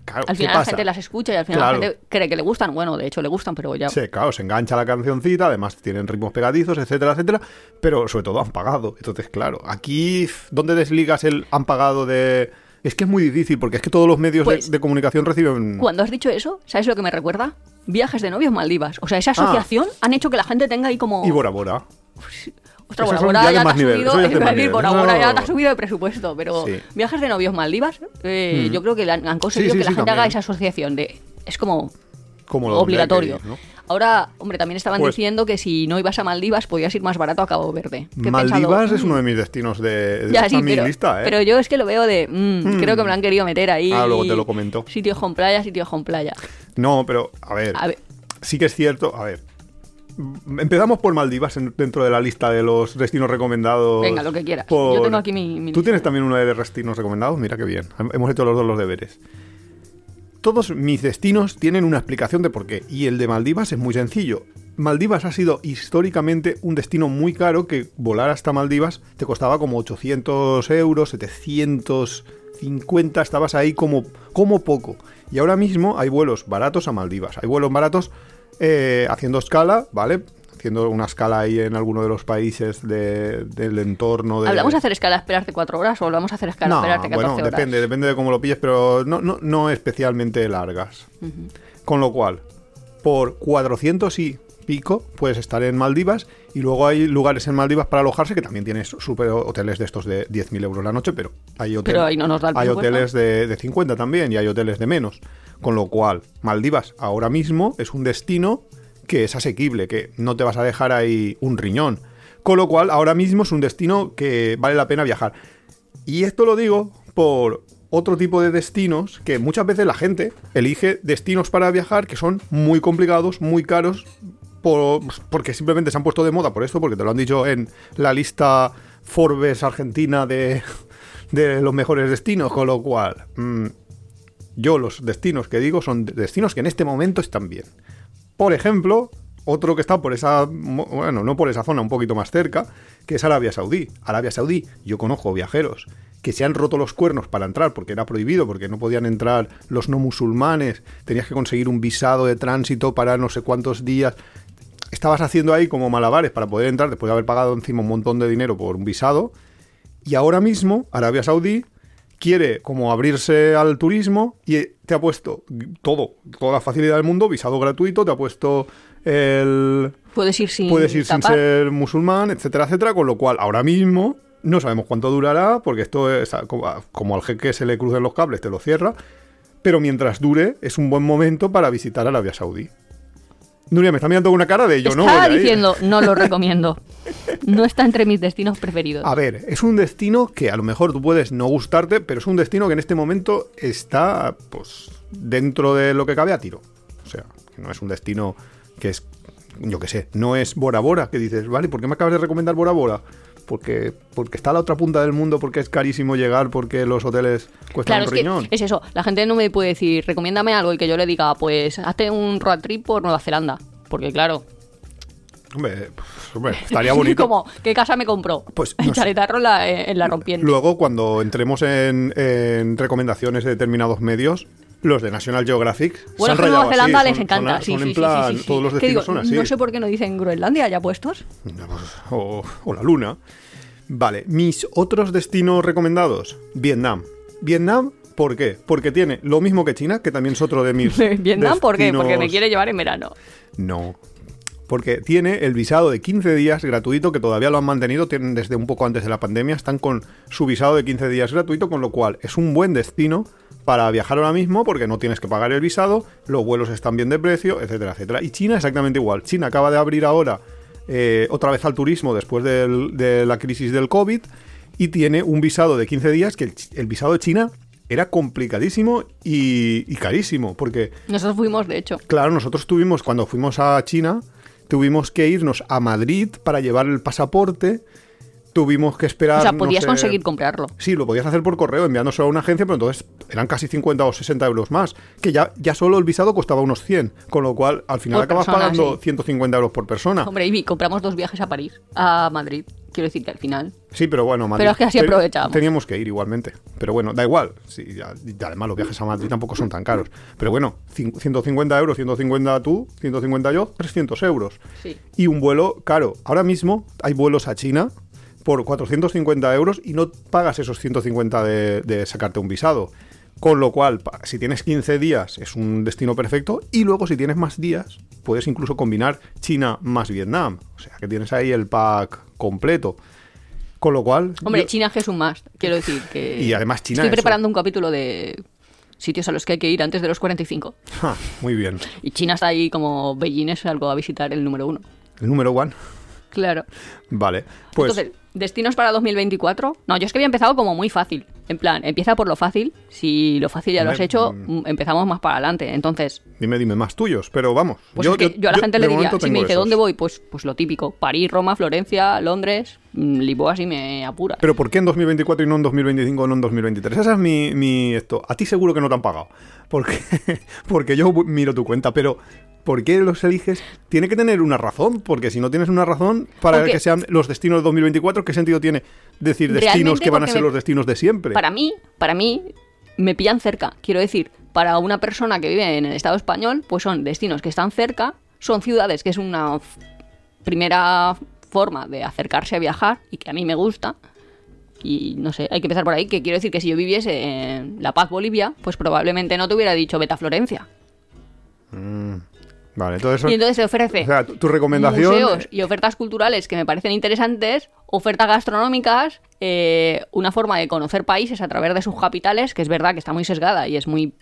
[SPEAKER 2] claro,
[SPEAKER 1] al
[SPEAKER 2] ¿qué
[SPEAKER 1] final la
[SPEAKER 2] pasa?
[SPEAKER 1] gente las escucha y al final
[SPEAKER 2] Claro.
[SPEAKER 1] la gente cree que le gustan. Bueno, de hecho le gustan, pero ya
[SPEAKER 2] Sí, claro, se engancha la cancioncita, además tienen ritmos pegadizos, etcétera, etcétera, pero sobre todo han pagado. Entonces, claro, aquí, f- ¿dónde desligas el han pagado de...? Es que es muy difícil, porque es que todos los medios de- de,
[SPEAKER 1] Pues-
[SPEAKER 2] comunicación reciben...
[SPEAKER 1] Cuando has dicho eso, ¿sabes lo que me recuerda? Viajes de novios Maldivas. O sea, esa asociación han hecho que la gente tenga ahí como.
[SPEAKER 2] Ah. Y Bora Bora.
[SPEAKER 1] Ostras,
[SPEAKER 2] Esos
[SPEAKER 1] Bora
[SPEAKER 2] son
[SPEAKER 1] Bora
[SPEAKER 2] ya de
[SPEAKER 1] ya,
[SPEAKER 2] más
[SPEAKER 1] te ha
[SPEAKER 2] nivel,
[SPEAKER 1] subido.
[SPEAKER 2] eso ya es de
[SPEAKER 1] iba a
[SPEAKER 2] más
[SPEAKER 1] decir,
[SPEAKER 2] nivel.
[SPEAKER 1] Bora
[SPEAKER 2] No,
[SPEAKER 1] Bora
[SPEAKER 2] no,
[SPEAKER 1] ya
[SPEAKER 2] no.
[SPEAKER 1] te ha subido de presupuesto, pero
[SPEAKER 2] Sí. Hmm.
[SPEAKER 1] viajes de novios Maldivas, eh, yo creo que la han, han conseguido
[SPEAKER 2] Sí, sí,
[SPEAKER 1] que la
[SPEAKER 2] sí,
[SPEAKER 1] gente haga
[SPEAKER 2] también.
[SPEAKER 1] esa asociación de. Es como.
[SPEAKER 2] Como lo de
[SPEAKER 1] obligatorio.
[SPEAKER 2] Blackie, ¿no?
[SPEAKER 1] Ahora, hombre, también estaban
[SPEAKER 2] Pues-
[SPEAKER 1] diciendo que si no ibas a Maldivas podías ir más barato a Cabo Verde. Que he
[SPEAKER 2] Maldivas
[SPEAKER 1] pensado, mm,
[SPEAKER 2] es uno de mis destinos de... de
[SPEAKER 1] ya,
[SPEAKER 2] está
[SPEAKER 1] sí,
[SPEAKER 2] en mi
[SPEAKER 1] pero,
[SPEAKER 2] lista, ¿eh? Hmm.
[SPEAKER 1] pero yo es que lo veo de. mm, Creo que me lo han querido meter ahí.
[SPEAKER 2] Ah, luego te lo comento.
[SPEAKER 1] Sitios con playa, sitios con playa.
[SPEAKER 2] No, pero, a ver,
[SPEAKER 1] A ver,
[SPEAKER 2] sí que es cierto, a ver... m- Empezamos por Maldivas en- dentro de la lista de los destinos recomendados.
[SPEAKER 1] Venga, lo que quieras. Yo tengo aquí mi- mi
[SPEAKER 2] Tú
[SPEAKER 1] lista.
[SPEAKER 2] tienes también uno de destinos recomendados. Mira qué bien. Hemos hecho los dos los deberes. Todos mis destinos tienen una explicación de por qué. Y el de Maldivas es muy sencillo. Maldivas ha sido históricamente un destino muy caro que volar hasta Maldivas te costaba como 800 euros, 750, estabas ahí como, como poco. Y ahora mismo hay vuelos baratos a Maldivas. Hay vuelos baratos eh, haciendo escala, ¿vale? Haciendo una escala ahí en alguno de los países de- del entorno de...
[SPEAKER 1] ¿hablamos de hacer escala esperarte cuatro horas o hablamos de hacer escala esperarte 14
[SPEAKER 2] bueno,
[SPEAKER 1] horas?
[SPEAKER 2] depende, depende de cómo lo pilles, pero no, no, no especialmente largas. Con lo cual, por 400 y pico puedes estar en Maldivas y luego hay lugares en Maldivas para alojarse que también tienes super hoteles de estos de 10.000 euros la noche, pero hay, hotel-
[SPEAKER 1] Pero ahí no nos da el
[SPEAKER 2] hay
[SPEAKER 1] presupuesto.
[SPEAKER 2] hoteles de, de 50 también y hay hoteles de menos. Con lo cual, Maldivas ahora mismo es un destino que es asequible, que no te vas a dejar ahí un riñón. Con lo cual, ahora mismo es un destino que vale la pena viajar. Y esto lo digo por otro tipo de destinos que muchas veces la gente elige destinos para viajar que son muy complicados, muy caros, por- porque simplemente se han puesto de moda por esto, porque te lo han dicho en la lista Forbes argentina de, de los mejores destinos, con lo cual mm, yo los destinos que digo son destinos que en este momento están bien. Por ejemplo, otro que está por esa, mo- bueno, no por esa zona, un poquito más cerca, que es Arabia Saudí. Arabia Saudí, yo conozco viajeros que se han roto los cuernos para entrar porque era prohibido, porque no podían entrar los no musulmanes, tenías que conseguir un visado de tránsito para no sé cuántos días. Es- estabas haciendo ahí como malabares para poder entrar después de haber pagado encima un montón de dinero por un visado. Y ahora mismo Arabia Saudí quiere como abrirse al turismo y te ha puesto todo, toda la facilidad del mundo, visado gratuito, te ha puesto el...
[SPEAKER 1] Puedes ir sin
[SPEAKER 2] Puedes ir sin
[SPEAKER 1] tapar.
[SPEAKER 2] ser musulmán, etcétera, etcétera, con lo cual ahora mismo no sabemos cuánto durará, porque esto es como como al jeque se le cruzan los cables, te lo cierra, pero mientras dure es un buen momento para visitar Arabia Saudí. Nuria me está mirando con una cara de yo no.
[SPEAKER 1] Estaba
[SPEAKER 2] voy a ir".
[SPEAKER 1] diciendo, no lo recomiendo. No está entre mis destinos preferidos.
[SPEAKER 2] A ver, es un destino que a lo mejor tú puedes no gustarte, pero es un destino que en este momento está pues dentro de lo que cabe a tiro. O sea, que no es un destino que es, yo qué sé, no es Bora Bora, que dices, vale, ¿por qué me acabas de recomendar Bora Bora? Porque, porque está a la otra punta del mundo, porque es carísimo llegar, porque los hoteles
[SPEAKER 1] Claro,
[SPEAKER 2] cuestan
[SPEAKER 1] es
[SPEAKER 2] un
[SPEAKER 1] que
[SPEAKER 2] pues riñón.
[SPEAKER 1] es eso. La gente no me puede decir, recomiéndame algo y que yo le diga, pues hazte un road trip por Nueva Zelanda. Porque claro,
[SPEAKER 2] Hombre, pues, hombre, estaría bonito.
[SPEAKER 1] como, ¿qué casa me compró?
[SPEAKER 2] Pues, no
[SPEAKER 1] en
[SPEAKER 2] sé.
[SPEAKER 1] Chaletarro la, en la rompiente.
[SPEAKER 2] Luego, cuando entremos en, en recomendaciones de determinados medios, los de National Geographic. se
[SPEAKER 1] Bueno,
[SPEAKER 2] han
[SPEAKER 1] es que
[SPEAKER 2] rayado
[SPEAKER 1] Nueva
[SPEAKER 2] así,
[SPEAKER 1] Zelanda
[SPEAKER 2] son-
[SPEAKER 1] les encanta.
[SPEAKER 2] Son,
[SPEAKER 1] sí,
[SPEAKER 2] son
[SPEAKER 1] sí,
[SPEAKER 2] en
[SPEAKER 1] sí,
[SPEAKER 2] plan,
[SPEAKER 1] sí, sí, sí.
[SPEAKER 2] todos los
[SPEAKER 1] ¿Qué digo?
[SPEAKER 2] destinos son así.
[SPEAKER 1] No sé por qué no dicen Groenlandia ya puestos.
[SPEAKER 2] o, o la luna. Vale, mis otros destinos recomendados: Vietnam. Vietnam, ¿por qué? Porque tiene lo mismo que China, que también es otro de mis.
[SPEAKER 1] Vietnam, ¿por qué? Porque me
[SPEAKER 2] destinos-
[SPEAKER 1] quiere llevar en verano.
[SPEAKER 2] no. Porque tiene el visado de 15 días gratuito, que todavía lo han mantenido, tienen desde un poco antes de la pandemia, están con su visado de 15 días gratuito, con lo cual es un buen destino para viajar ahora mismo porque no tienes que pagar el visado, los vuelos están bien de precio, etcétera, etcétera. Y China exactamente igual. China acaba de abrir ahora eh, otra vez al turismo después del- de la crisis del COVID y tiene un visado de 15 días que el, chi- el visado de China era complicadísimo y- y carísimo, porque
[SPEAKER 1] Nosotros fuimos, de hecho.
[SPEAKER 2] Claro, nosotros tuvimos, cuando fuimos a China, tuvimos que irnos a Madrid para llevar el pasaporte. Tuvimos que esperar.
[SPEAKER 1] O sea,
[SPEAKER 2] no
[SPEAKER 1] podías
[SPEAKER 2] sé-
[SPEAKER 1] conseguir comprarlo.
[SPEAKER 2] Sí, lo podías hacer por correo enviándoselo a una agencia, pero entonces eran casi 50 o 60 euros más. Que ya, ya solo el visado costaba unos 100. Con lo cual, al final
[SPEAKER 1] Por
[SPEAKER 2] acabas
[SPEAKER 1] persona,
[SPEAKER 2] pagando
[SPEAKER 1] sí.
[SPEAKER 2] 150 euros por persona.
[SPEAKER 1] Hombre, y compramos dos viajes a París, a Madrid. Quiero decir que al final.
[SPEAKER 2] Sí, pero bueno, Madrid.
[SPEAKER 1] Pero es que así
[SPEAKER 2] Te-
[SPEAKER 1] aprovechamos.
[SPEAKER 2] Teníamos que ir igualmente. Pero bueno, da igual. Sí, ya- y además, los viajes a Madrid tampoco son tan caros. Pero bueno, cin- 150 euros, 150 tú, 150 yo, 300 euros.
[SPEAKER 1] Sí.
[SPEAKER 2] Y un vuelo caro. Ahora mismo hay vuelos a China por 450 euros y no pagas esos 150 de, de sacarte un visado. Con lo cual, pa- si tienes 15 días, es un destino perfecto. Y luego, si tienes más días, puedes incluso combinar China más Vietnam. O sea, que tienes ahí el pack completo. Con lo cual.
[SPEAKER 1] Hombre,
[SPEAKER 2] yo-
[SPEAKER 1] China es que es un must. Quiero decir que.
[SPEAKER 2] Y además China
[SPEAKER 1] Estoy
[SPEAKER 2] es-
[SPEAKER 1] preparando un capítulo de sitios a los que hay que ir antes de los 45.
[SPEAKER 2] Ja, muy bien.
[SPEAKER 1] Y China está ahí como Beijing es algo a visitar el número uno.
[SPEAKER 2] El número one.
[SPEAKER 1] Claro.
[SPEAKER 2] Vale. Pues.
[SPEAKER 1] Entonces, destinos para 2024. No, yo es que había empezado como muy fácil. En plan, empieza por lo fácil. Si lo fácil ya lo has
[SPEAKER 2] Hombre,
[SPEAKER 1] hecho,
[SPEAKER 2] mm.
[SPEAKER 1] mm, empezamos más para adelante. Entonces,
[SPEAKER 2] Dime, dime más tuyos, pero vamos.
[SPEAKER 1] pues es que yo, a la gente
[SPEAKER 2] de
[SPEAKER 1] le diría,
[SPEAKER 2] momento
[SPEAKER 1] si me
[SPEAKER 2] tengo
[SPEAKER 1] dice
[SPEAKER 2] esos.
[SPEAKER 1] dónde voy, pues, pues lo típico. París, Roma, Florencia, Londres, mm, Lisboa si me apura.
[SPEAKER 2] Pero ¿por qué en 2024 y no en 2025 o no en 2023? Esa es mi, mi esto. A ti seguro que no te han pagado. Porque, porque yo bu- miro tu cuenta, pero ¿por qué los eliges? Tiene que tener una razón, porque si no tienes una razón para
[SPEAKER 1] Porque-
[SPEAKER 2] que sean los destinos de 2024, ¿qué sentido tiene decir destinos
[SPEAKER 1] Realmente
[SPEAKER 2] que van a
[SPEAKER 1] porque
[SPEAKER 2] ser
[SPEAKER 1] me-
[SPEAKER 2] los destinos de siempre?
[SPEAKER 1] Para mí, para mí, me pillan cerca. Quiero decir, para una persona que vive en el Estado español, pues son destinos que están cerca, son ciudades que es una f- primera forma de acercarse a viajar y que a mí me gusta. Y no sé, hay que empezar por ahí, que quiero decir que si yo viviese en La Paz, Bolivia, pues probablemente no te hubiera dicho vete a Florencia.
[SPEAKER 2] Vale, entonces...
[SPEAKER 1] Y entonces se ofrece
[SPEAKER 2] o sea, tu tu recomendación...
[SPEAKER 1] museos y ofertas culturales que me parecen interesantes, ofertas gastronómicas, eh, una forma de conocer países a través de sus capitales, que es verdad que está muy sesgada y es muy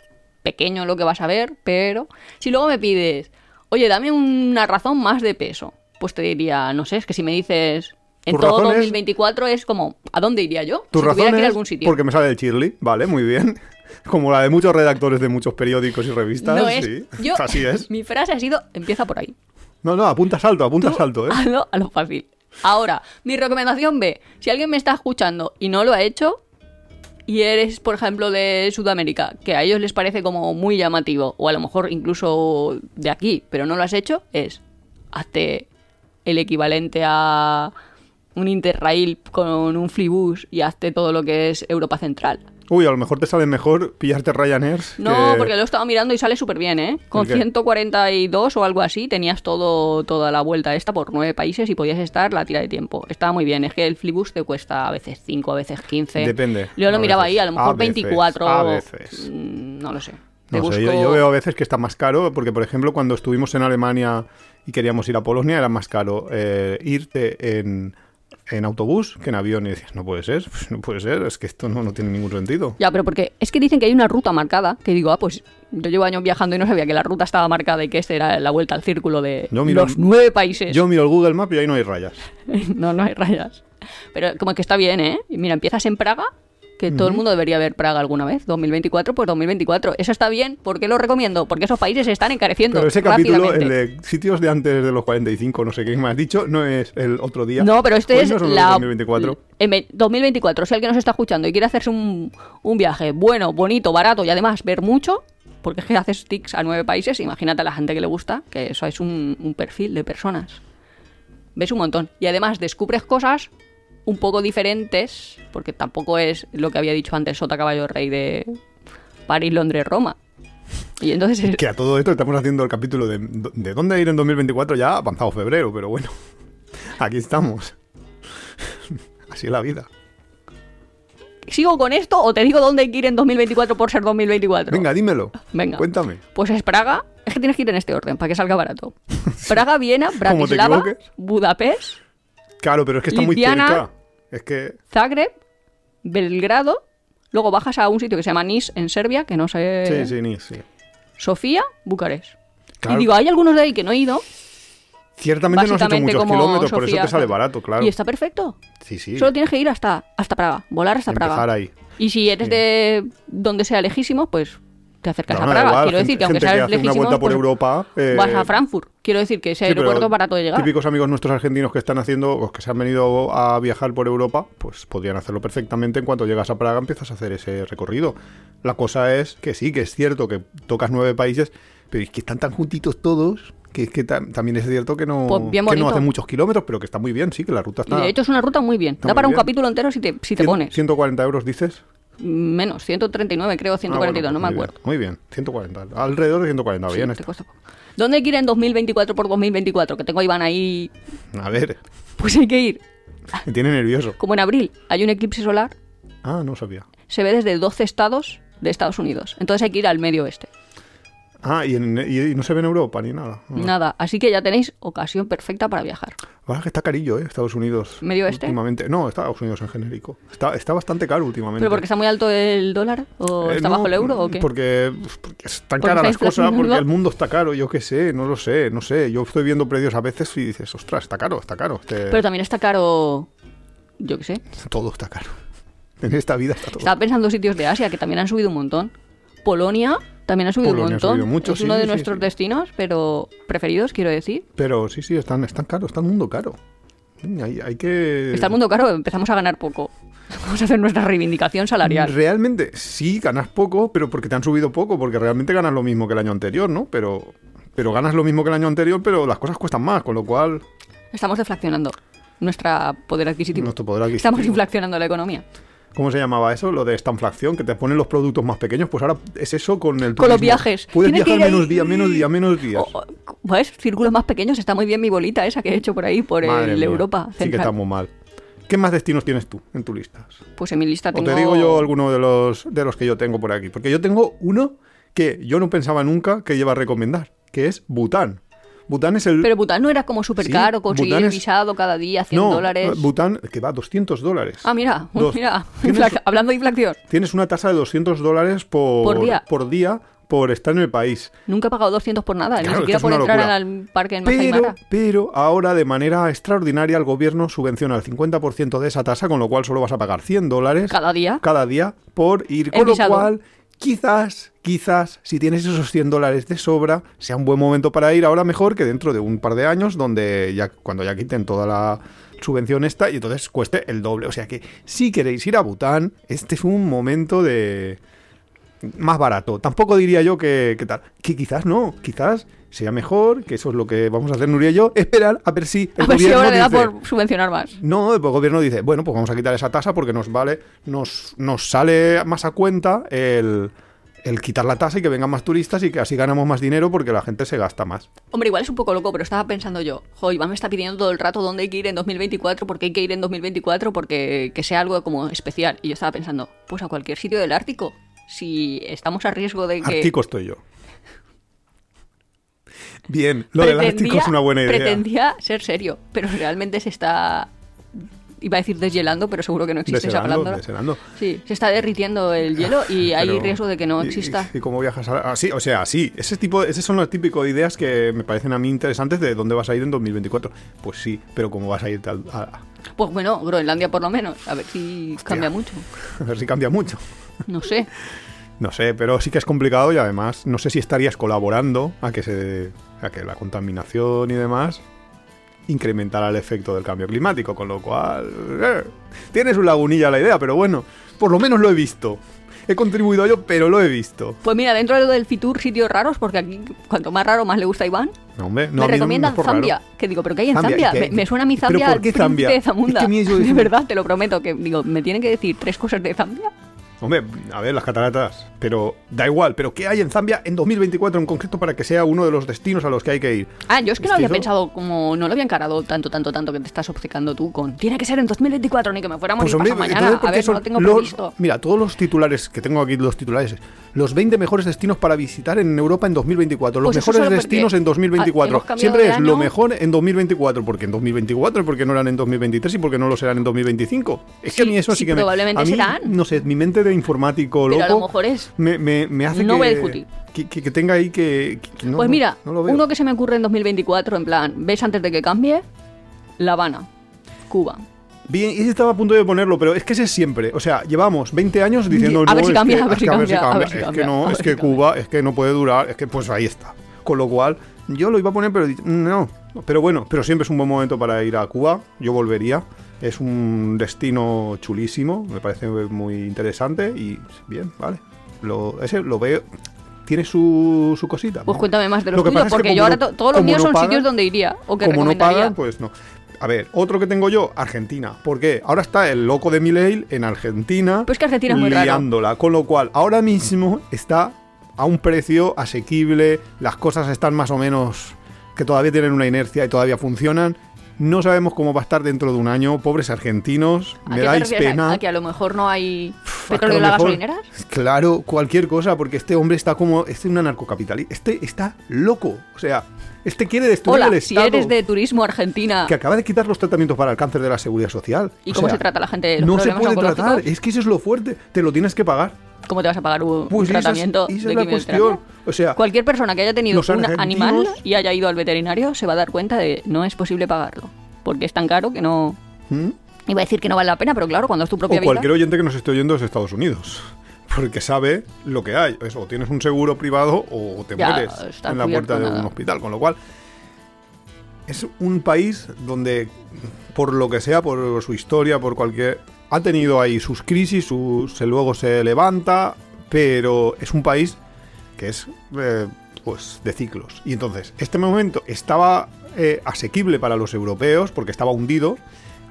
[SPEAKER 1] pequeño lo que vas a ver, pero si luego me pides, oye, dame una razón más de peso, pues te diría, no sé, es que si me dices en
[SPEAKER 2] Tu
[SPEAKER 1] todo
[SPEAKER 2] razón es-
[SPEAKER 1] 2024 es... como, ¿a dónde iría yo?
[SPEAKER 2] Tu
[SPEAKER 1] si
[SPEAKER 2] razón
[SPEAKER 1] tuviera que ir a
[SPEAKER 2] es
[SPEAKER 1] algún sitio.
[SPEAKER 2] porque me sale el Shirley, vale, muy bien. Como la de muchos redactores de muchos periódicos y revistas,
[SPEAKER 1] No es,
[SPEAKER 2] sí.
[SPEAKER 1] yo-
[SPEAKER 2] Así es.
[SPEAKER 1] Mi frase ha sido, empieza por ahí.
[SPEAKER 2] No, no, apuntas alto, apuntas alto, ¿eh?
[SPEAKER 1] Hazlo a lo fácil. Ahora, mi recomendación B. Si alguien me está escuchando y no lo ha hecho, y eres, por ejemplo, de Sudamérica, que a ellos les parece como muy llamativo, o a lo mejor incluso de aquí, pero no lo has hecho, es hazte el equivalente a un Interrail con un Flixbus y hazte todo lo que es Europa Central.
[SPEAKER 2] Uy, a lo mejor te sale mejor pillarte Ryanair.
[SPEAKER 1] No,
[SPEAKER 2] que-
[SPEAKER 1] porque lo he estado mirando y sale súper bien, ¿eh? Con
[SPEAKER 2] ¿El qué?
[SPEAKER 1] 142 o algo así tenías todo, toda la vuelta esta por nueve países y podías estar la tira de tiempo. Estaba muy bien. Es que el Flixbus te cuesta a veces 5, a veces 15.
[SPEAKER 2] Depende.
[SPEAKER 1] Yo lo
[SPEAKER 2] A
[SPEAKER 1] miraba
[SPEAKER 2] veces.
[SPEAKER 1] ahí, a lo mejor
[SPEAKER 2] A veces,
[SPEAKER 1] 24.
[SPEAKER 2] a
[SPEAKER 1] o-
[SPEAKER 2] veces.
[SPEAKER 1] mm, no lo sé. Te
[SPEAKER 2] No sé, yo,
[SPEAKER 1] busco-
[SPEAKER 2] yo veo a veces que está más caro, porque por ejemplo cuando estuvimos en Alemania y queríamos ir a Polonia era más caro eh, irte en, en autobús que en avión y decías, no puede ser, no puede ser, es que esto no, no tiene ningún sentido.
[SPEAKER 1] Ya, pero porque es que dicen que hay una ruta marcada, que digo, ah, pues yo llevo años viajando y no sabía que la ruta estaba marcada y que esta era la vuelta al círculo de
[SPEAKER 2] Yo miro-
[SPEAKER 1] los nueve países.
[SPEAKER 2] Yo miro el Google Maps y ahí no hay rayas.
[SPEAKER 1] no, no hay rayas. Pero como que está bien, ¿eh? Y Mira, empiezas en Praga, que todo el mundo debería ver Praga alguna vez. 2024, pues 2024. Eso está bien. ¿Por qué lo recomiendo? Porque esos países se están encareciendo
[SPEAKER 2] Pero ese capítulo, el
[SPEAKER 1] rápidamente.
[SPEAKER 2] de sitios de antes de los 45, no sé qué me has dicho, no es el otro día.
[SPEAKER 1] No, pero este
[SPEAKER 2] Hoy
[SPEAKER 1] es
[SPEAKER 2] Pues no son los
[SPEAKER 1] la... em, eh,
[SPEAKER 2] 2024.
[SPEAKER 1] en ve- 2024. Si alguien nos está escuchando y quiere hacerse un, un viaje bueno, bonito, barato y además ver mucho, porque es que haces tics a nueve países, imagínate a la gente que le gusta, que eso es un, un perfil de personas. Ves un montón. Y además descubres cosas un poco diferentes, porque tampoco es lo que había dicho antes Sota Caballo Rey de París, Londres, Roma. Y entonces... es-
[SPEAKER 2] Que a todo esto estamos haciendo el capítulo de, de dónde ir en 2024 ya avanzado febrero, pero bueno, aquí estamos. Así es la vida.
[SPEAKER 1] ¿Sigo con esto o te digo dónde hay que ir en 2024 por ser 2024?
[SPEAKER 2] Venga, dímelo.
[SPEAKER 1] Venga.
[SPEAKER 2] Cuéntame.
[SPEAKER 1] Pues es Praga. Es que tienes que ir en este orden para que salga barato. Praga, Viena, Bratislava,
[SPEAKER 2] equivoques.
[SPEAKER 1] Budapest,
[SPEAKER 2] Claro, pero es que está
[SPEAKER 1] Lidiana.
[SPEAKER 2] muy cerca. Es que
[SPEAKER 1] Zagreb, Belgrado. Luego bajas a un sitio que se llama Nis en Serbia, que no sé.
[SPEAKER 2] sí, sí, ni- sí.
[SPEAKER 1] Sofía, Bucarest.
[SPEAKER 2] Claro.
[SPEAKER 1] Y digo, hay algunos de ahí que no he ido.
[SPEAKER 2] Ciertamente no has hecho
[SPEAKER 1] Básicamente
[SPEAKER 2] muchos
[SPEAKER 1] como
[SPEAKER 2] kilómetros, por eso
[SPEAKER 1] Sofía,
[SPEAKER 2] te sale
[SPEAKER 1] Zagreb.
[SPEAKER 2] barato, claro.
[SPEAKER 1] Y está perfecto.
[SPEAKER 2] Sí, sí.
[SPEAKER 1] Solo tienes que ir hasta, hasta Praga, volar hasta
[SPEAKER 2] Empezar
[SPEAKER 1] Praga.
[SPEAKER 2] ahí.
[SPEAKER 1] Y si eres
[SPEAKER 2] Sí.
[SPEAKER 1] de donde sea lejísimo, pues te acercas
[SPEAKER 2] No,
[SPEAKER 1] a
[SPEAKER 2] no, da
[SPEAKER 1] Praga.
[SPEAKER 2] igual,
[SPEAKER 1] Quiero
[SPEAKER 2] gente-
[SPEAKER 1] decir que aunque
[SPEAKER 2] gente
[SPEAKER 1] seas
[SPEAKER 2] que hace una
[SPEAKER 1] lejísimo,
[SPEAKER 2] vuelta por
[SPEAKER 1] pues,
[SPEAKER 2] Europa, eh,
[SPEAKER 1] vas a Frankfurt. Quiero decir que ese
[SPEAKER 2] Sí, pero
[SPEAKER 1] aeropuerto es barato de llegar.
[SPEAKER 2] Típicos amigos nuestros argentinos que están haciendo, o que se han venido a viajar por Europa, pues podrían hacerlo perfectamente. En cuanto llegas a Praga empiezas a hacer ese recorrido. La cosa es que sí, que es cierto que tocas nueve países, pero es que están tan juntitos todos que es que tam- también es cierto que no,
[SPEAKER 1] Pues bien
[SPEAKER 2] que no
[SPEAKER 1] bonito.
[SPEAKER 2] hacen muchos kilómetros, pero que está muy bien, sí, que la ruta
[SPEAKER 1] Y
[SPEAKER 2] está...
[SPEAKER 1] de hecho es una ruta muy bien. da
[SPEAKER 2] Ah. muy
[SPEAKER 1] para un
[SPEAKER 2] bien.
[SPEAKER 1] capítulo entero si te, si te
[SPEAKER 2] Cien-
[SPEAKER 1] pones.
[SPEAKER 2] 140 euros dices.
[SPEAKER 1] Menos, 139 creo, 142,
[SPEAKER 2] Ah,
[SPEAKER 1] no
[SPEAKER 2] bueno,
[SPEAKER 1] me
[SPEAKER 2] muy bien,
[SPEAKER 1] acuerdo.
[SPEAKER 2] muy bien, 140. Alrededor de 140,
[SPEAKER 1] Sí,
[SPEAKER 2] bien. este.
[SPEAKER 1] te cuesta
[SPEAKER 2] está.
[SPEAKER 1] poco. ¿Dónde hay que ir en 2024 por 2024? Que tengo a Iván ahí.
[SPEAKER 2] A ver,
[SPEAKER 1] Pues hay que ir.
[SPEAKER 2] me tiene nervioso.
[SPEAKER 1] Como en abril hay un eclipse solar,
[SPEAKER 2] Ah, no sabía.
[SPEAKER 1] se ve desde 12 estados de Estados Unidos. Entonces hay que ir al medio oeste.
[SPEAKER 2] Ah, y, en- y- y no se ve en Europa ni nada. Ah.
[SPEAKER 1] Nada, así que ya tenéis ocasión perfecta para viajar.
[SPEAKER 2] Ahora que está carillo, ¿eh? Estados Unidos.
[SPEAKER 1] ¿Medio oeste?
[SPEAKER 2] Últimamente. No, Estados Unidos en genérico. Está, está bastante caro últimamente.
[SPEAKER 1] ¿Pero porque está muy alto el dólar? ¿O
[SPEAKER 2] Eh,
[SPEAKER 1] está
[SPEAKER 2] no,
[SPEAKER 1] bajo el euro? ¿O qué?
[SPEAKER 2] Porque, pues, porque están
[SPEAKER 1] Porque
[SPEAKER 2] caras
[SPEAKER 1] está
[SPEAKER 2] las cosas,
[SPEAKER 1] inflación,
[SPEAKER 2] porque
[SPEAKER 1] ¿no?
[SPEAKER 2] el mundo está caro, yo qué sé, no lo sé, no sé. Yo estoy viendo precios a veces y dices, ostras, está caro, está caro. este-
[SPEAKER 1] Pero también está caro. Yo qué sé.
[SPEAKER 2] Todo está caro. En esta vida está todo.
[SPEAKER 1] Estaba pensando en sitios de Asia que también han subido un montón. Polonia también ha subido un
[SPEAKER 2] Polonia ha
[SPEAKER 1] montón.
[SPEAKER 2] subido mucho,
[SPEAKER 1] es
[SPEAKER 2] sí,
[SPEAKER 1] uno de
[SPEAKER 2] sí,
[SPEAKER 1] nuestros
[SPEAKER 2] sí.
[SPEAKER 1] destinos, pero preferidos, quiero decir.
[SPEAKER 2] Pero sí, sí, están, están caros, está el mundo caro. Mm, Hay, hay que...
[SPEAKER 1] Está el mundo caro, empezamos a ganar poco. Vamos a hacer nuestra reivindicación salarial.
[SPEAKER 2] Realmente, sí, ganas poco, pero porque te han subido poco, porque realmente ganas lo mismo que el año anterior, ¿no? Pero, pero ganas lo mismo que el año anterior, pero las cosas cuestan más, con lo cual
[SPEAKER 1] Estamos deflaccionando nuestra poder adquisitivo.
[SPEAKER 2] nuestro poder adquisitivo.
[SPEAKER 1] Estamos inflacionando la economía.
[SPEAKER 2] ¿Cómo se llamaba eso? Lo de estanflación, que te ponen los productos más pequeños, pues ahora es eso con el
[SPEAKER 1] Con los
[SPEAKER 2] turismo.
[SPEAKER 1] viajes.
[SPEAKER 2] Puedes
[SPEAKER 1] Tienes que
[SPEAKER 2] viajar
[SPEAKER 1] ir
[SPEAKER 2] menos
[SPEAKER 1] ahí.
[SPEAKER 2] día, menos día, menos días.
[SPEAKER 1] O- o- ¿Ves? Círculos más pequeños. Está muy bien mi bolita esa que he hecho por ahí, por
[SPEAKER 2] Madre
[SPEAKER 1] el
[SPEAKER 2] mía,
[SPEAKER 1] Europa
[SPEAKER 2] Sí que
[SPEAKER 1] Central.
[SPEAKER 2] estamos mal. ¿Qué más destinos tienes tú en tu lista?
[SPEAKER 1] Pues en mi lista
[SPEAKER 2] O
[SPEAKER 1] tengo...
[SPEAKER 2] te digo yo alguno de los, de los que yo tengo por aquí. Porque yo tengo uno que yo no pensaba nunca que iba a recomendar, que es Bután. Bután es el...
[SPEAKER 1] Pero Bután no era como súper
[SPEAKER 2] Sí,
[SPEAKER 1] caro conseguir
[SPEAKER 2] Bután
[SPEAKER 1] el
[SPEAKER 2] es-
[SPEAKER 1] visado cada día, 100
[SPEAKER 2] no, eh,
[SPEAKER 1] dólares.
[SPEAKER 2] Bután, que va, 200 dólares.
[SPEAKER 1] Ah, mira,
[SPEAKER 2] Dos.
[SPEAKER 1] mira.
[SPEAKER 2] Tienes-
[SPEAKER 1] inflac- Hablando de inflación,
[SPEAKER 2] Tienes una tasa de 200 dólares por,
[SPEAKER 1] Por día.
[SPEAKER 2] por día por estar en el país.
[SPEAKER 1] nunca he pagado 200 por nada, ¿eh?
[SPEAKER 2] Claro, es
[SPEAKER 1] ni siquiera
[SPEAKER 2] que es
[SPEAKER 1] por
[SPEAKER 2] una
[SPEAKER 1] entrar
[SPEAKER 2] locura.
[SPEAKER 1] al parque en Masai
[SPEAKER 2] Pero,
[SPEAKER 1] Mara.
[SPEAKER 2] pero ahora de manera extraordinaria el gobierno subvenciona el 50% de esa tasa, con lo cual solo vas a pagar 100 dólares
[SPEAKER 1] Cada día.
[SPEAKER 2] cada día por ir.
[SPEAKER 1] El
[SPEAKER 2] Con lo
[SPEAKER 1] visado.
[SPEAKER 2] cual, quizás, quizás, si tienes esos 100 dólares de sobra, sea un buen momento para ir ahora mejor que dentro de un par de años, donde ya cuando ya quiten toda la subvención esta y entonces cueste el doble. O sea que si queréis ir a Bután, este es un momento de más barato. Tampoco diría yo que, que tal. Que quizás no, quizás sea mejor, que eso es lo que vamos a hacer Nuria y yo, esperar a ver si el
[SPEAKER 1] A ver si
[SPEAKER 2] gobierno
[SPEAKER 1] ahora le da
[SPEAKER 2] dice-
[SPEAKER 1] por subvencionar más.
[SPEAKER 2] no, el gobierno dice, bueno, pues vamos a quitar esa tasa porque nos vale, nos, nos sale más a cuenta el, el quitar la tasa y que vengan más turistas y que así ganamos más dinero porque la gente se gasta más.
[SPEAKER 1] Hombre, igual es un poco loco, pero estaba pensando yo, jo, Iván me está pidiendo todo el rato dónde hay que ir en 2024, porque hay que ir en 2024, porque que sea algo como especial. Y yo estaba pensando, pues a cualquier sitio del Ártico, si estamos a riesgo de que...
[SPEAKER 2] Ártico estoy yo. Bien, lo del Ártico es una buena idea.
[SPEAKER 1] Pretendía ser serio, pero realmente se está... Iba a decir deshielando, pero seguro que no existe esa
[SPEAKER 2] Deshelando,
[SPEAKER 1] palabra.
[SPEAKER 2] deshelando. Ah,
[SPEAKER 1] Sí, se está derritiendo el hielo y hay
[SPEAKER 2] Pero-
[SPEAKER 1] riesgo de que no
[SPEAKER 2] y-
[SPEAKER 1] exista.
[SPEAKER 2] ¿Y, y cómo viajas a- Así, o sea, sí. Ese tipo, esas son las típicas ideas que me parecen a mí interesantes de dónde vas a ir en 2024. Pues sí, pero cómo vas a irte al- a-
[SPEAKER 1] Pues bueno, Groenlandia por lo menos, a ver si cambia mucho.
[SPEAKER 2] a ver si cambia mucho.
[SPEAKER 1] No sé.
[SPEAKER 2] No sé, pero sí que es complicado y además no sé si estarías colaborando a que se a que la contaminación y demás incrementara el efecto del cambio climático, con lo cual eh, tienes un lagunilla la idea, pero bueno, por lo menos lo he visto. He contribuido yo, pero lo he visto.
[SPEAKER 1] Pues mira, dentro de lo del Fitur, sitios raros, porque aquí cuanto más raro, más le gusta a Iván.
[SPEAKER 2] No, hombre,
[SPEAKER 1] me
[SPEAKER 2] no, a mí no-
[SPEAKER 1] recomiendan
[SPEAKER 2] no es por
[SPEAKER 1] Zambia.
[SPEAKER 2] raro.
[SPEAKER 1] Que digo, ¿pero qué hay en
[SPEAKER 2] Zambia,
[SPEAKER 1] Zambia?
[SPEAKER 2] ¿y qué?
[SPEAKER 1] Me, me suena a mi
[SPEAKER 2] ¿Pero
[SPEAKER 1] Zambia
[SPEAKER 2] por
[SPEAKER 1] al
[SPEAKER 2] qué
[SPEAKER 1] príncipe
[SPEAKER 2] Zambia?
[SPEAKER 1] de Zamunda.
[SPEAKER 2] Es que a mí eso es-
[SPEAKER 1] De verdad, te lo prometo, que digo, me tienen que decir tres cosas de Zambia.
[SPEAKER 2] Hombre, a ver, las cataratas, pero da igual, pero ¿qué hay en Zambia en 2024 en concreto para que sea uno de los destinos a los que hay que ir?
[SPEAKER 1] Ah, yo es que no había
[SPEAKER 2] Mestizo.
[SPEAKER 1] pensado como, no lo había encarado tanto, tanto, tanto que te estás obcecando tú con. Tiene que ser en 2024, ni que me fuéramos
[SPEAKER 2] Pues
[SPEAKER 1] ni
[SPEAKER 2] hombre,
[SPEAKER 1] pasado mañana.
[SPEAKER 2] entonces, ¿por
[SPEAKER 1] A
[SPEAKER 2] qué
[SPEAKER 1] ver, no
[SPEAKER 2] son
[SPEAKER 1] lo tengo
[SPEAKER 2] los-
[SPEAKER 1] previsto.
[SPEAKER 2] Mira, todos los titulares que tengo aquí, los titulares, los 20 mejores destinos para visitar en Europa en 2024, los
[SPEAKER 1] Pues eso
[SPEAKER 2] mejores
[SPEAKER 1] solo porque
[SPEAKER 2] destinos
[SPEAKER 1] ha-
[SPEAKER 2] en
[SPEAKER 1] hemos
[SPEAKER 2] 2024.
[SPEAKER 1] cambiado
[SPEAKER 2] Siempre
[SPEAKER 1] de
[SPEAKER 2] es lo
[SPEAKER 1] año.
[SPEAKER 2] mejor en 2024, porque en 2024 y porque no eran en 2023 y porque no lo serán en 2025. Es que a
[SPEAKER 1] Sí,
[SPEAKER 2] mí eso sí,
[SPEAKER 1] sí,
[SPEAKER 2] que me-
[SPEAKER 1] probablemente
[SPEAKER 2] a mí,
[SPEAKER 1] serán.
[SPEAKER 2] No sé, mi mente de informático
[SPEAKER 1] Pero
[SPEAKER 2] loco
[SPEAKER 1] a lo mejor es-
[SPEAKER 2] me, me- me hace
[SPEAKER 1] no ve el
[SPEAKER 2] que,
[SPEAKER 1] fútil.
[SPEAKER 2] que, que- que tenga ahí que... que- que no-
[SPEAKER 1] Pues
[SPEAKER 2] no-
[SPEAKER 1] mira,
[SPEAKER 2] no lo veo.
[SPEAKER 1] uno que se me ocurre en 2024, en plan, ¿ves antes de que cambie? La Habana, Cuba.
[SPEAKER 2] Bien, y estaba a punto de ponerlo, pero es que ese es siempre. O sea, llevamos 20 años diciendo.
[SPEAKER 1] A ver
[SPEAKER 2] no,
[SPEAKER 1] si
[SPEAKER 2] es
[SPEAKER 1] cambia,
[SPEAKER 2] que-
[SPEAKER 1] a ver
[SPEAKER 2] es
[SPEAKER 1] si
[SPEAKER 2] que
[SPEAKER 1] cambia, a ver si
[SPEAKER 2] Es
[SPEAKER 1] cambia,
[SPEAKER 2] que
[SPEAKER 1] a
[SPEAKER 2] no,
[SPEAKER 1] ver
[SPEAKER 2] es
[SPEAKER 1] si
[SPEAKER 2] que
[SPEAKER 1] cambia.
[SPEAKER 2] Cuba, es que no puede durar, es que pues ahí está. Con lo cual, yo lo iba a poner, pero he dicho, no. Pero bueno, pero siempre es un buen momento para ir a Cuba. Yo volvería. Es un destino chulísimo, me parece muy interesante y bien, vale. Lo, ese lo veo. Tiene su, su cosita.
[SPEAKER 1] Pues
[SPEAKER 2] ¿no?
[SPEAKER 1] cuéntame más de los
[SPEAKER 2] Lo que
[SPEAKER 1] tuyos,
[SPEAKER 2] pasa es que
[SPEAKER 1] porque
[SPEAKER 2] como
[SPEAKER 1] yo ahora
[SPEAKER 2] no-
[SPEAKER 1] to- todos los
[SPEAKER 2] como
[SPEAKER 1] míos
[SPEAKER 2] no
[SPEAKER 1] son
[SPEAKER 2] pagan,
[SPEAKER 1] sitios donde iría o que
[SPEAKER 2] como no
[SPEAKER 1] recomendaría.
[SPEAKER 2] pagan, pues no. A ver, otro que tengo yo, Argentina. ¿Por qué? Ahora está el loco de Milei en Argentina.
[SPEAKER 1] Pues que Argentina es muy raro.
[SPEAKER 2] liándola. Con lo cual, ahora mismo está a un precio asequible. Las cosas están más o menos que todavía tienen una inercia y todavía funcionan. No sabemos cómo va a estar dentro de un año. Pobres argentinos,
[SPEAKER 1] ¿A
[SPEAKER 2] me
[SPEAKER 1] qué te
[SPEAKER 2] dais
[SPEAKER 1] refieres? ¿A-
[SPEAKER 2] pena.
[SPEAKER 1] a que a lo mejor no hay
[SPEAKER 2] Pff, a que a
[SPEAKER 1] petróleo
[SPEAKER 2] lo
[SPEAKER 1] en las
[SPEAKER 2] mejor-
[SPEAKER 1] gasolineras.
[SPEAKER 2] Claro, cualquier cosa, porque este hombre está como. Este es un anarcocapitalista. Este está loco. O sea, este quiere destruir
[SPEAKER 1] Hola,
[SPEAKER 2] el
[SPEAKER 1] si
[SPEAKER 2] Estado
[SPEAKER 1] eres de turismo Argentina
[SPEAKER 2] que acaba de quitar los tratamientos para el cáncer de la seguridad social.
[SPEAKER 1] y
[SPEAKER 2] O
[SPEAKER 1] cómo
[SPEAKER 2] sea,
[SPEAKER 1] se trata la gente de los
[SPEAKER 2] No se
[SPEAKER 1] problemas
[SPEAKER 2] puede
[SPEAKER 1] oncológicos,
[SPEAKER 2] tratar, es que eso es lo fuerte, te lo tienes que pagar.
[SPEAKER 1] ¿cómo te vas a pagar un, un
[SPEAKER 2] Pues esa es-
[SPEAKER 1] tratamiento
[SPEAKER 2] esa es
[SPEAKER 1] de
[SPEAKER 2] la
[SPEAKER 1] quimioterapia?
[SPEAKER 2] cuestión. O sea,
[SPEAKER 1] cualquier persona que haya tenido
[SPEAKER 2] los
[SPEAKER 1] un
[SPEAKER 2] argentinos-
[SPEAKER 1] animal y haya ido al veterinario se va a dar cuenta de no es posible pagarlo, porque es tan caro que no
[SPEAKER 2] ¿Mm?
[SPEAKER 1] iba a decir que no vale la pena, pero claro, cuando es tu propia
[SPEAKER 2] O
[SPEAKER 1] vida.
[SPEAKER 2] cualquier oyente que nos esté oyendo es de Estados Unidos. Porque sabe lo que hay. Es, o tienes un seguro privado o te
[SPEAKER 1] Ya,
[SPEAKER 2] mueres
[SPEAKER 1] está
[SPEAKER 2] en la
[SPEAKER 1] cubierto,
[SPEAKER 2] puerta de
[SPEAKER 1] nada.
[SPEAKER 2] un hospital. Con lo cual, es un país donde, por lo que sea, por su historia, por cualquier. Ha tenido ahí sus crisis, sus- se, luego se levanta, pero es un país que es eh, pues de ciclos. Y entonces, este momento estaba eh, asequible para los europeos porque estaba hundido,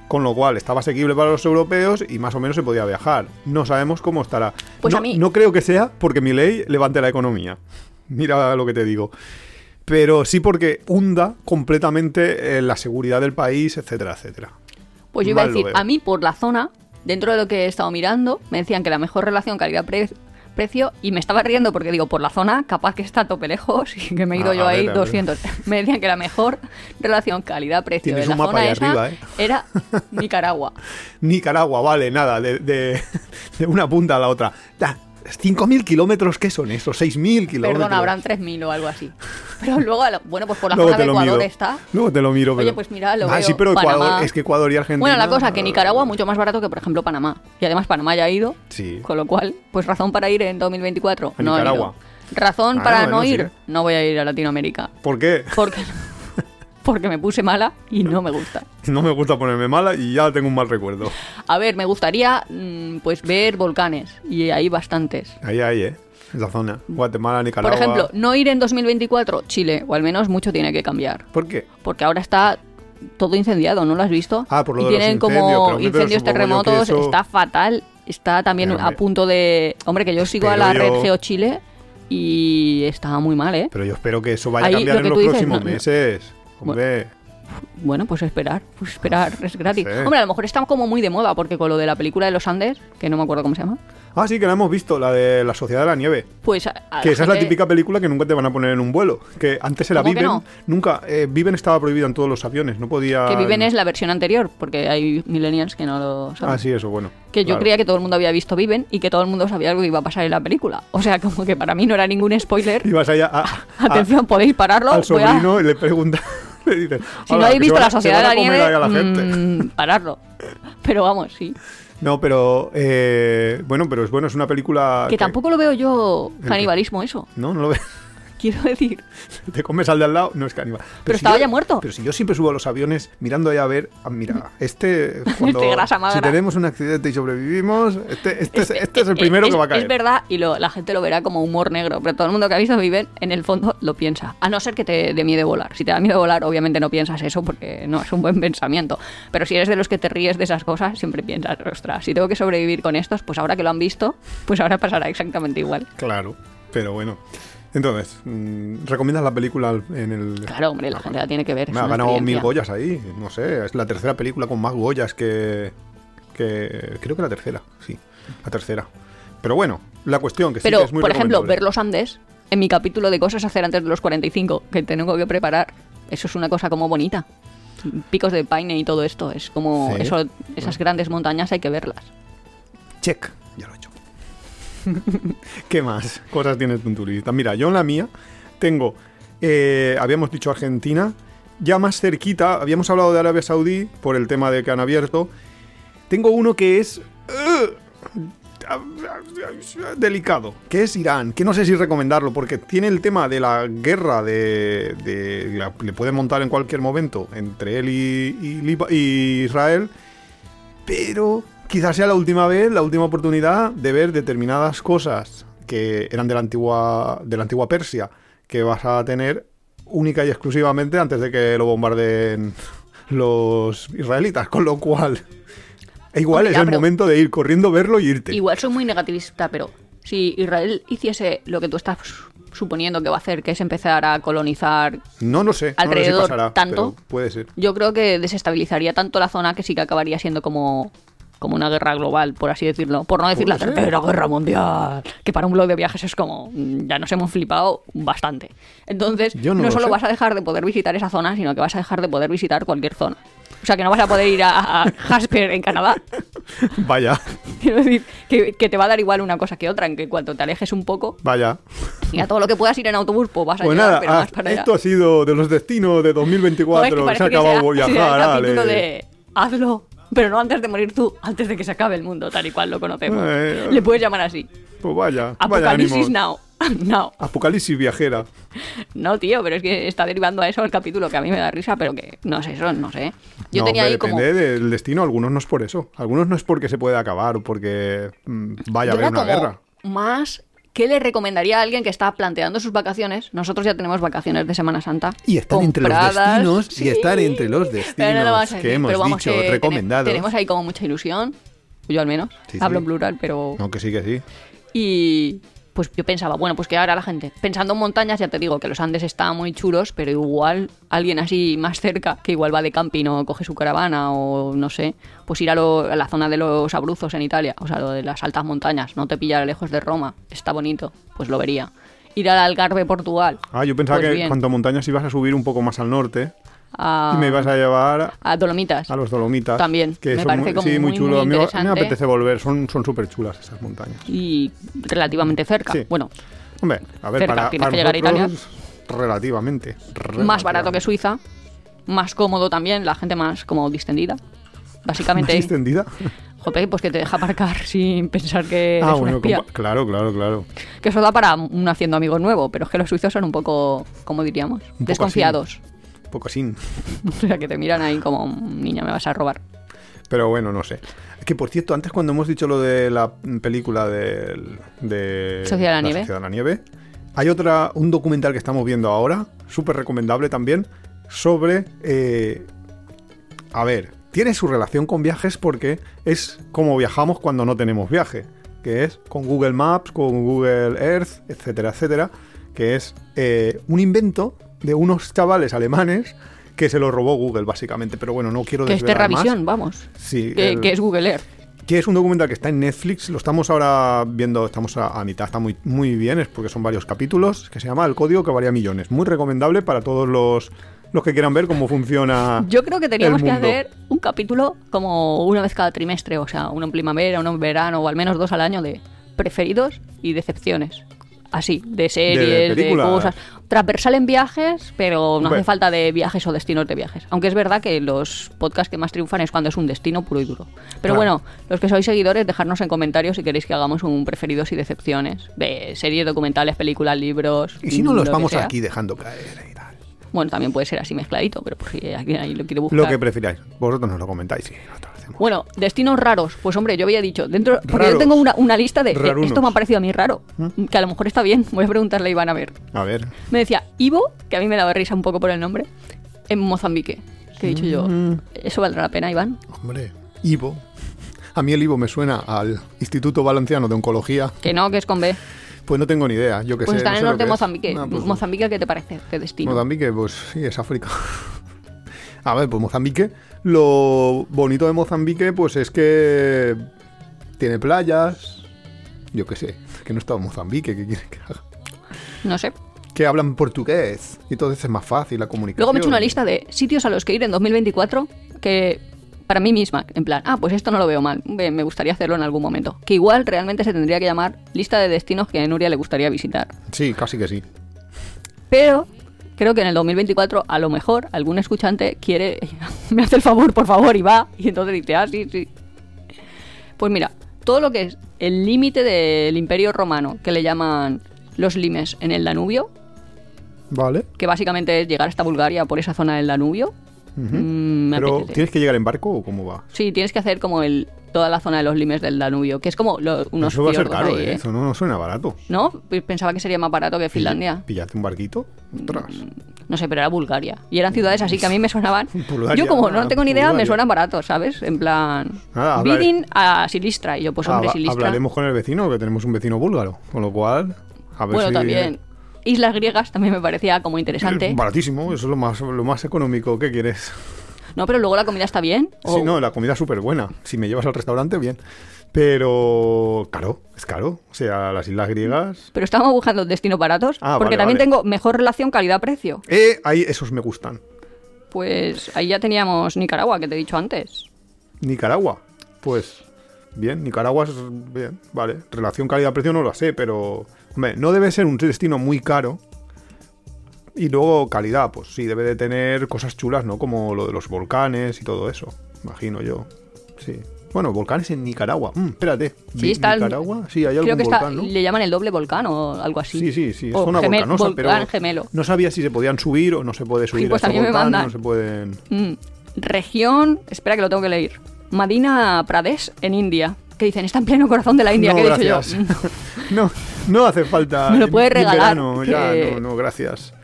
[SPEAKER 2] con lo cual estaba asequible para los europeos y más o menos se podía viajar. No sabemos cómo estará.
[SPEAKER 1] Pues
[SPEAKER 2] no,
[SPEAKER 1] a mí-
[SPEAKER 2] no creo que sea porque mi ley levante la economía. Mira lo que te digo. Pero sí porque hunda completamente eh, la seguridad del país, etcétera, etcétera.
[SPEAKER 1] Pues yo iba a
[SPEAKER 2] Mal lo
[SPEAKER 1] decir,
[SPEAKER 2] veo.
[SPEAKER 1] a mí por la zona, dentro de lo que he estado mirando, me decían que la mejor relación calidad-precio, y me estaba riendo porque digo, por la zona, capaz que está a tope lejos y que me he ido
[SPEAKER 2] Ah,
[SPEAKER 1] yo
[SPEAKER 2] a
[SPEAKER 1] ahí
[SPEAKER 2] ver, a ver.
[SPEAKER 1] 200. Me decían que la mejor relación calidad-precio de
[SPEAKER 2] Tienes
[SPEAKER 1] la
[SPEAKER 2] un mapa
[SPEAKER 1] zona
[SPEAKER 2] ahí
[SPEAKER 1] esa
[SPEAKER 2] arriba, ¿eh?
[SPEAKER 1] era Nicaragua.
[SPEAKER 2] Nicaragua, vale, nada, de, de- de una punta a la otra. Da, 5.000 kilómetros, ¿qué son esos? 6.000 kilómetros.
[SPEAKER 1] Perdón, habrán 3.000 o algo así. Pero luego, a la- bueno, pues por la
[SPEAKER 2] Luego
[SPEAKER 1] zona
[SPEAKER 2] te
[SPEAKER 1] de
[SPEAKER 2] lo
[SPEAKER 1] Ecuador
[SPEAKER 2] miro.
[SPEAKER 1] está.
[SPEAKER 2] Luego te lo miro,
[SPEAKER 1] Oye,
[SPEAKER 2] pero...
[SPEAKER 1] pues mira, lo
[SPEAKER 2] Ah,
[SPEAKER 1] veo.
[SPEAKER 2] sí, pero Ecuador,
[SPEAKER 1] Panamá.
[SPEAKER 2] es que Ecuador y Argentina...
[SPEAKER 1] Bueno, la cosa, que Nicaragua mucho más barato que, por ejemplo, Panamá. Y además Panamá ya ha ido.
[SPEAKER 2] Sí.
[SPEAKER 1] Con lo cual, pues razón para ir en 2024.
[SPEAKER 2] A
[SPEAKER 1] no he
[SPEAKER 2] Nicaragua.
[SPEAKER 1] ido. Razón
[SPEAKER 2] Ah,
[SPEAKER 1] para
[SPEAKER 2] bueno,
[SPEAKER 1] no
[SPEAKER 2] sí,
[SPEAKER 1] ir.
[SPEAKER 2] eh.
[SPEAKER 1] No voy a ir a Latinoamérica.
[SPEAKER 2] ¿Por qué?
[SPEAKER 1] Porque, porque me puse mala y no me gusta.
[SPEAKER 2] No me gusta ponerme mala y ya tengo un mal recuerdo.
[SPEAKER 1] A ver, me gustaría mm, pues ver volcanes. Y hay bastantes.
[SPEAKER 2] Ahí, ahí, ¿eh? Esa zona. Guatemala,
[SPEAKER 1] Mm. Por
[SPEAKER 2] Nicaragua.
[SPEAKER 1] ejemplo, no ir en 2024, Chile, o al menos mucho tiene que cambiar.
[SPEAKER 2] ¿Por qué?
[SPEAKER 1] Porque ahora está todo incendiado, ¿no lo has visto?
[SPEAKER 2] Ah, por lo
[SPEAKER 1] y
[SPEAKER 2] de los
[SPEAKER 1] tienen
[SPEAKER 2] incendios,
[SPEAKER 1] como
[SPEAKER 2] pero hombre, pero
[SPEAKER 1] incendios,
[SPEAKER 2] supongo yo que
[SPEAKER 1] terremotos,
[SPEAKER 2] eso-
[SPEAKER 1] está fatal. Está también
[SPEAKER 2] Pero,
[SPEAKER 1] a
[SPEAKER 2] hombre, Pues
[SPEAKER 1] punto de... Hombre, que yo sigo a
[SPEAKER 2] pero
[SPEAKER 1] la
[SPEAKER 2] yo-
[SPEAKER 1] red Geo Chile y está muy mal, ¿eh?
[SPEAKER 2] Pero yo espero que eso vaya
[SPEAKER 1] Ahí,
[SPEAKER 2] a cambiar
[SPEAKER 1] lo que
[SPEAKER 2] en
[SPEAKER 1] tú
[SPEAKER 2] los
[SPEAKER 1] dices,
[SPEAKER 2] próximos
[SPEAKER 1] no, no.
[SPEAKER 2] meses. Hombre,
[SPEAKER 1] Bueno, pues esperar, pues esperar, es gratis.
[SPEAKER 2] sé.
[SPEAKER 1] Hombre, a lo mejor está como muy de moda, porque con lo de la película de los Andes, que no me acuerdo cómo se llama,
[SPEAKER 2] Ah, sí, que la hemos visto, la de la Sociedad de la Nieve.
[SPEAKER 1] pues... a- a
[SPEAKER 2] Que esa es la
[SPEAKER 1] gente-
[SPEAKER 2] típica película que nunca te van a poner en un vuelo. Que antes se la
[SPEAKER 1] ¿Cómo que
[SPEAKER 2] viven.
[SPEAKER 1] no?
[SPEAKER 2] Nunca. eh, viven estaba prohibida en todos los aviones. No podía.
[SPEAKER 1] Que Viven es la versión anterior, porque hay millennials que no lo saben.
[SPEAKER 2] Ah, sí, eso, bueno.
[SPEAKER 1] Que yo
[SPEAKER 2] claro.
[SPEAKER 1] creía que todo el mundo había visto Viven y que todo el mundo sabía lo que iba a pasar en la película. O sea, como que para mí no era ningún spoiler.
[SPEAKER 2] Ibas allá a- a-
[SPEAKER 1] Atención, podéis pararlo.
[SPEAKER 2] al
[SPEAKER 1] voy a-
[SPEAKER 2] sobrino y le pregunta. Le dices,
[SPEAKER 1] Si no
[SPEAKER 2] "Hola,
[SPEAKER 1] habéis
[SPEAKER 2] que se
[SPEAKER 1] visto
[SPEAKER 2] van a-
[SPEAKER 1] la
[SPEAKER 2] se
[SPEAKER 1] sociedad de
[SPEAKER 2] van
[SPEAKER 1] la
[SPEAKER 2] a comer
[SPEAKER 1] nieve,
[SPEAKER 2] a la gente.
[SPEAKER 1] mm, pararlo. Pero vamos, sí.
[SPEAKER 2] No, pero. eh, bueno, pero es bueno, es una película.
[SPEAKER 1] Que tampoco lo veo yo
[SPEAKER 2] qué?
[SPEAKER 1] canibalismo eso.
[SPEAKER 2] No, no lo ves.
[SPEAKER 1] Quiero decir,
[SPEAKER 2] Te comes al de al lado, no es caníbal.
[SPEAKER 1] Pero estaba
[SPEAKER 2] yo-
[SPEAKER 1] ya muerto.
[SPEAKER 2] Pero si yo siempre subo a los aviones mirando allá a ver, ah, mira, este. Cuando,
[SPEAKER 1] grasa magra.
[SPEAKER 2] Si tenemos un accidente y sobrevivimos, este, este, es-
[SPEAKER 1] Este-
[SPEAKER 2] este es el
[SPEAKER 1] eh,
[SPEAKER 2] primero
[SPEAKER 1] es-
[SPEAKER 2] que va a caer.
[SPEAKER 1] Es verdad, y lo- la gente lo verá como humor negro, pero todo el mundo que ha visto Viven, en el fondo lo piensa. A no ser que te dé miedo volar. Si te da miedo volar, obviamente no piensas eso porque no es un buen pensamiento. Pero si eres de los que te ríes de esas cosas, siempre piensas, ostras, si tengo que sobrevivir con estos, pues ahora que lo han visto, pues ahora pasará exactamente igual.
[SPEAKER 2] Claro, pero bueno. Entonces, mm, ¿recomiendas la película al- en el.
[SPEAKER 1] Claro, hombre, la gente la tiene que ver. es
[SPEAKER 2] Me ha
[SPEAKER 1] una
[SPEAKER 2] ganado
[SPEAKER 1] experiencia.
[SPEAKER 2] mil Goyas ahí, no sé. Es la tercera película con más Goyas que. que creo que la tercera, sí. La tercera. Pero bueno, la cuestión que sí
[SPEAKER 1] Pero,
[SPEAKER 2] que es muy
[SPEAKER 1] por ejemplo,
[SPEAKER 2] recomendable.
[SPEAKER 1] ver los Andes, en mi capítulo de cosas a hacer antes de los 45, que tengo que preparar, eso es una cosa como bonita. Picos de paine y todo esto, es como
[SPEAKER 2] Sí.
[SPEAKER 1] eso, esas grandes montañas hay que verlas.
[SPEAKER 2] Check. Ya lo he hecho. ¿Qué más cosas tienes tú en tu lista? Mira, yo en la mía tengo, eh, habíamos dicho Argentina, ya más cerquita, habíamos hablado de Arabia Saudí por el tema de que han abierto. Tengo uno que es ¡Ugh! delicado, que es Irán, que no sé si recomendarlo, porque tiene el tema de la guerra de, de- la- le pueden montar en cualquier momento entre él y- y Liba- y Israel pero quizás sea la última vez, la última oportunidad de ver determinadas cosas que eran de la antigua, de la antigua Persia, que vas a tener única y exclusivamente antes de que lo bombardeen los israelitas, con lo cual... e igual
[SPEAKER 1] Hombre,
[SPEAKER 2] es
[SPEAKER 1] ya,
[SPEAKER 2] el
[SPEAKER 1] pero-
[SPEAKER 2] momento de ir corriendo, verlo y irte.
[SPEAKER 1] Igual soy muy negativista, pero si Israel hiciese lo que tú estás suponiendo que va a hacer, que es empezar a colonizar,
[SPEAKER 2] No lo sé, no lo sé si
[SPEAKER 1] Alrededor
[SPEAKER 2] pasará,
[SPEAKER 1] tanto.
[SPEAKER 2] pero puede ser.
[SPEAKER 1] yo creo que desestabilizaría tanto la zona que sí que acabaría siendo como como una guerra global, por así decirlo. Por no decir la
[SPEAKER 2] Puede ser.
[SPEAKER 1] tercera guerra mundial, que para un blog de viajes es como, mm, ya nos hemos flipado bastante. Entonces,
[SPEAKER 2] Yo no
[SPEAKER 1] no,
[SPEAKER 2] lo
[SPEAKER 1] solo
[SPEAKER 2] sé.
[SPEAKER 1] vas a dejar de poder visitar esa zona, sino que vas a dejar de poder visitar cualquier zona. O sea, que no vas a poder ir a, a Jasper en Canadá.
[SPEAKER 2] Vaya,
[SPEAKER 1] Quiero decir, que, que te va a dar igual una cosa que otra, en que cuanto te alejes un poco,
[SPEAKER 2] vaya.
[SPEAKER 1] y a todo lo que puedas ir en autobús, pues vas a
[SPEAKER 2] Pues
[SPEAKER 1] llegar,
[SPEAKER 2] nada,
[SPEAKER 1] pero
[SPEAKER 2] ah,
[SPEAKER 1] más para allá.
[SPEAKER 2] esto ha sido de los destinos de
[SPEAKER 1] Joder,
[SPEAKER 2] 2024.
[SPEAKER 1] que
[SPEAKER 2] se
[SPEAKER 1] parece
[SPEAKER 2] ha
[SPEAKER 1] que
[SPEAKER 2] acabado
[SPEAKER 1] sea-
[SPEAKER 2] viajar,
[SPEAKER 1] sea el capítulo
[SPEAKER 2] ale.
[SPEAKER 1] de hazlo, pero no antes de morir tú, antes de que se acabe el mundo, tal y cual lo conocemos.
[SPEAKER 2] Eh,
[SPEAKER 1] Le puedes llamar así.
[SPEAKER 2] Pues vaya, vaya ánimo.
[SPEAKER 1] Apocalipsis now. No,
[SPEAKER 2] Apocalipsis viajera.
[SPEAKER 1] no, tío, pero es que está derivando a eso el capítulo que a mí me da risa, pero que no sé, eso no sé. Yo
[SPEAKER 2] no,
[SPEAKER 1] tenía
[SPEAKER 2] hombre,
[SPEAKER 1] ahí como.
[SPEAKER 2] depende del destino. Algunos no es por eso. Algunos no es porque se puede acabar o porque mm, vaya a
[SPEAKER 1] yo
[SPEAKER 2] haber
[SPEAKER 1] era
[SPEAKER 2] una
[SPEAKER 1] como
[SPEAKER 2] guerra.
[SPEAKER 1] Más. ¿Qué le recomendaría a alguien que está planteando sus vacaciones? Nosotros ya tenemos vacaciones de Semana Santa. compradas. Sí.
[SPEAKER 2] los
[SPEAKER 1] Pero no lo vamos a decir, pero vamos, que tene- Tenemos ahí como mucha ilusión, yo al menos,
[SPEAKER 2] Sí,
[SPEAKER 1] hablo
[SPEAKER 2] sí.
[SPEAKER 1] en plural, pero...
[SPEAKER 2] No, que sí, que sí.
[SPEAKER 1] Y pues yo pensaba, bueno, pues que ahora la gente, pensando en montañas, ya te digo que los Andes están muy chulos, pero igual alguien así más cerca, que igual va de camping o coge su caravana o no sé, pues ir a, lo- a la zona de los Abruzos en Italia, o sea, lo de las altas montañas, no te pillar lejos de Roma, está bonito, pues lo vería. Ir al Algarve, Portugal.
[SPEAKER 2] Ah, yo pensaba
[SPEAKER 1] pues
[SPEAKER 2] que
[SPEAKER 1] bien.
[SPEAKER 2] cuanto a montañas ibas a subir un poco más al norte
[SPEAKER 1] a,
[SPEAKER 2] y me ibas a llevar
[SPEAKER 1] a Dolomitas.
[SPEAKER 2] a los Dolomitas.
[SPEAKER 1] Ah. También,
[SPEAKER 2] Que
[SPEAKER 1] me
[SPEAKER 2] son
[SPEAKER 1] parece
[SPEAKER 2] muy,
[SPEAKER 1] como
[SPEAKER 2] sí, muy
[SPEAKER 1] muy,
[SPEAKER 2] chulo.
[SPEAKER 1] muy
[SPEAKER 2] A mí me- me,
[SPEAKER 1] interesante.
[SPEAKER 2] apetece volver. Son súper chulas esas montañas.
[SPEAKER 1] y relativamente cerca.
[SPEAKER 2] Sí.
[SPEAKER 1] Bueno,
[SPEAKER 2] Hombre, a ver,
[SPEAKER 1] Cerca,
[SPEAKER 2] para,
[SPEAKER 1] tienes
[SPEAKER 2] para
[SPEAKER 1] que llegar a Italia.
[SPEAKER 2] nosotros, Relativamente,
[SPEAKER 1] más barato que
[SPEAKER 2] relativamente.
[SPEAKER 1] Suiza, más cómodo también, la gente más como distendida.
[SPEAKER 2] ¿Más
[SPEAKER 1] Básicamente,
[SPEAKER 2] extendida?
[SPEAKER 1] jope, pues que te deja aparcar sin pensar que eres
[SPEAKER 2] Ah,
[SPEAKER 1] un
[SPEAKER 2] bueno,
[SPEAKER 1] espía.
[SPEAKER 2] compa- claro, claro, claro.
[SPEAKER 1] Que eso da para un haciendo amigos nuevo, pero es que los suizos son un poco, como diríamos,
[SPEAKER 2] así.
[SPEAKER 1] desconfiados.
[SPEAKER 2] Un poco así.
[SPEAKER 1] "Mm, O sea, que te miran ahí como, niña, me vas a robar.
[SPEAKER 2] Pero bueno, no sé. Que por cierto, antes cuando hemos dicho lo de la película del- de,
[SPEAKER 1] Sociedad de la Nieve.
[SPEAKER 2] Sociedad de la Nieve, hay otra, un documental que estamos viendo ahora, súper recomendable también, sobre... eh, a ver, tiene su relación con viajes porque es como viajamos cuando no tenemos viaje, que es con Google Maps, con Google Earth, etcétera, etcétera, que es eh, un invento de unos chavales alemanes que se lo robó Google básicamente, pero bueno, no quiero
[SPEAKER 1] Que es
[SPEAKER 2] desvelar más.
[SPEAKER 1] Terravisión, vamos.
[SPEAKER 2] Sí,
[SPEAKER 1] Que,
[SPEAKER 2] el-
[SPEAKER 1] que es Google Earth.
[SPEAKER 2] que es un documental que está en Netflix, lo estamos ahora viendo, estamos a, a mitad, está muy, muy bien, es porque son varios capítulos, que se llama El Código que varía millones. Muy recomendable para todos los, los que quieran ver cómo funciona.
[SPEAKER 1] Yo creo que teníamos
[SPEAKER 2] el
[SPEAKER 1] que
[SPEAKER 2] mundo.
[SPEAKER 1] hacer un capítulo como una vez cada trimestre, o sea, uno en primavera, uno en verano, o al menos dos al año de preferidos y decepciones. Así, de series, de,
[SPEAKER 2] películas.
[SPEAKER 1] cosas. Transversal en viajes, pero no
[SPEAKER 2] Hombre.
[SPEAKER 1] hace falta de viajes o destinos de viajes. Aunque es verdad que los podcasts que más triunfan es cuando es un destino puro y duro. Pero
[SPEAKER 2] Claro.
[SPEAKER 1] bueno, los que sois seguidores, dejadnos en comentarios si queréis que hagamos un preferidos y decepciones de series, documentales, películas, libros.
[SPEAKER 2] Y si no,
[SPEAKER 1] mm,
[SPEAKER 2] los
[SPEAKER 1] lo que
[SPEAKER 2] vamos
[SPEAKER 1] sea.
[SPEAKER 2] aquí dejando caer y tal.
[SPEAKER 1] Bueno, también puede ser así mezcladito, pero por si alguien ahí lo quiere buscar.
[SPEAKER 2] Lo que prefiráis, vosotros nos lo comentáis y nosotros lo hacemos.
[SPEAKER 1] Bueno, destinos raros. Pues hombre, yo había dicho, dentro. Porque yo
[SPEAKER 2] Raros.
[SPEAKER 1] tengo una, una lista de. eh,
[SPEAKER 2] Rarunos. ¿Eh?
[SPEAKER 1] Esto me ha parecido a mí raro. Que a lo mejor está bien. Voy a preguntarle a Iván a ver.
[SPEAKER 2] A ver.
[SPEAKER 1] Me decía Ivo, que a mí me daba risa un poco por el nombre, en Mozambique. Que he dicho yo,
[SPEAKER 2] Mm.
[SPEAKER 1] ¿eso valdrá la pena, Iván?
[SPEAKER 2] Hombre, Ivo. A mí el Ivo me suena al Instituto Valenciano de Oncología.
[SPEAKER 1] Que no, que es con B.
[SPEAKER 2] Pues no tengo ni idea, yo que
[SPEAKER 1] Pues
[SPEAKER 2] sé.
[SPEAKER 1] está en
[SPEAKER 2] no
[SPEAKER 1] el
[SPEAKER 2] sé lo
[SPEAKER 1] norte de
[SPEAKER 2] que es.
[SPEAKER 1] Mozambique.
[SPEAKER 2] Ah, pues,
[SPEAKER 1] ¿Mozambique qué te parece? ¿Qué destino?
[SPEAKER 2] Mozambique, pues sí, es África. A ver, pues Mozambique, lo bonito de Mozambique, pues es que tiene playas, yo qué sé, que no he estado en Mozambique, ¿qué quiere que haga?
[SPEAKER 1] No sé.
[SPEAKER 2] Que hablan portugués, y entonces es más fácil la comunicación.
[SPEAKER 1] Luego me he hecho una lista de sitios a los que ir en 2024 que para mí misma, en plan, ah, pues esto no lo veo mal, me me gustaría hacerlo en algún momento. Que igual realmente se tendría que llamar lista de destinos que a Nuria le gustaría visitar.
[SPEAKER 2] Sí, casi que sí.
[SPEAKER 1] Pero creo que en el 2024 a lo mejor algún escuchante quiere, me hace el favor, por favor, y va. Y entonces dice, ah, sí, sí. Pues mira, todo lo que es el límite del imperio romano, que le llaman los limes en el Danubio,
[SPEAKER 2] Vale.
[SPEAKER 1] que básicamente es llegar hasta Bulgaria por esa zona del Danubio. mm, me
[SPEAKER 2] Pero,
[SPEAKER 1] apetece.
[SPEAKER 2] ¿tienes que llegar en barco o cómo va?
[SPEAKER 1] Sí, tienes que hacer como el toda la zona de los limes del Danubio, que es como lo- unos
[SPEAKER 2] Eso va a ser
[SPEAKER 1] fiordos
[SPEAKER 2] caro,
[SPEAKER 1] ahí,
[SPEAKER 2] ¿eh?
[SPEAKER 1] ¿eh?
[SPEAKER 2] Eso no, no suena barato.
[SPEAKER 1] ¿No? Pues Pensaba que sería más barato que Finlandia. Mm,
[SPEAKER 2] ¿Pillaste un barquito? Ostras.
[SPEAKER 1] No sé, pero era Bulgaria. Y eran ciudades así que a mí me sonaban.
[SPEAKER 2] Bulgaria,
[SPEAKER 1] yo, como no
[SPEAKER 2] ah,
[SPEAKER 1] tengo ni idea, me
[SPEAKER 2] Bulgaria.
[SPEAKER 1] suenan baratos, ¿sabes? En plan.
[SPEAKER 2] Nada, habla-
[SPEAKER 1] Bidding a Silistra. Y yo, pues hombre,
[SPEAKER 2] Hab-
[SPEAKER 1] Silistra.
[SPEAKER 2] hablaremos con el vecino, que tenemos un vecino búlgaro, con lo cual... A ver
[SPEAKER 1] bueno,
[SPEAKER 2] si-
[SPEAKER 1] también. Islas griegas también me parecía como interesante.
[SPEAKER 2] Es Baratísimo, eso es lo más, lo más económico. ¿Qué quieres?
[SPEAKER 1] No, pero luego la comida está bien. Oh. o-
[SPEAKER 2] Sí, no, la comida es súper buena. Si me llevas al restaurante, bien. Pero caro, es caro. O sea, las islas griegas.
[SPEAKER 1] Pero estábamos buscando destinos baratos.
[SPEAKER 2] Ah,
[SPEAKER 1] porque
[SPEAKER 2] vale,
[SPEAKER 1] también
[SPEAKER 2] vale.
[SPEAKER 1] tengo mejor relación calidad-precio.
[SPEAKER 2] Eh, ahí esos me gustan.
[SPEAKER 1] Pues ahí ya teníamos Nicaragua, que te he dicho antes.
[SPEAKER 2] Nicaragua, pues bien, Nicaragua es bien, vale. Relación calidad-precio no lo sé, pero hombre, no debe ser un destino muy caro. Y luego calidad, pues sí, debe de tener cosas chulas, ¿no? Como lo de los volcanes y todo eso, imagino yo. Sí. Bueno, volcanes en Nicaragua. Mm, espérate.
[SPEAKER 1] Sí, está el-
[SPEAKER 2] Nicaragua, sí, hay
[SPEAKER 1] Creo
[SPEAKER 2] algún
[SPEAKER 1] que está,
[SPEAKER 2] volcán, ¿no?
[SPEAKER 1] le llaman el doble volcán o algo así.
[SPEAKER 2] Sí, sí, sí, es
[SPEAKER 1] O
[SPEAKER 2] zona
[SPEAKER 1] gemel-
[SPEAKER 2] volcanosa,
[SPEAKER 1] volcán
[SPEAKER 2] pero
[SPEAKER 1] gemelo.
[SPEAKER 2] no sabía si se podían subir o no se puede subir
[SPEAKER 1] pues
[SPEAKER 2] a
[SPEAKER 1] a
[SPEAKER 2] ese
[SPEAKER 1] mí me
[SPEAKER 2] volcán,
[SPEAKER 1] mandan.
[SPEAKER 2] no se pueden...
[SPEAKER 1] Mm, Región, espera que lo tengo que leer. Madina Pradesh en India. Que dicen, está en pleno corazón de la India.
[SPEAKER 2] no,
[SPEAKER 1] que he dicho
[SPEAKER 2] gracias.
[SPEAKER 1] yo. Mm.
[SPEAKER 2] no, no hace falta.
[SPEAKER 1] Me lo puedes
[SPEAKER 2] en
[SPEAKER 1] regalar,
[SPEAKER 2] verano,
[SPEAKER 1] que-
[SPEAKER 2] ya, no, no, gracias.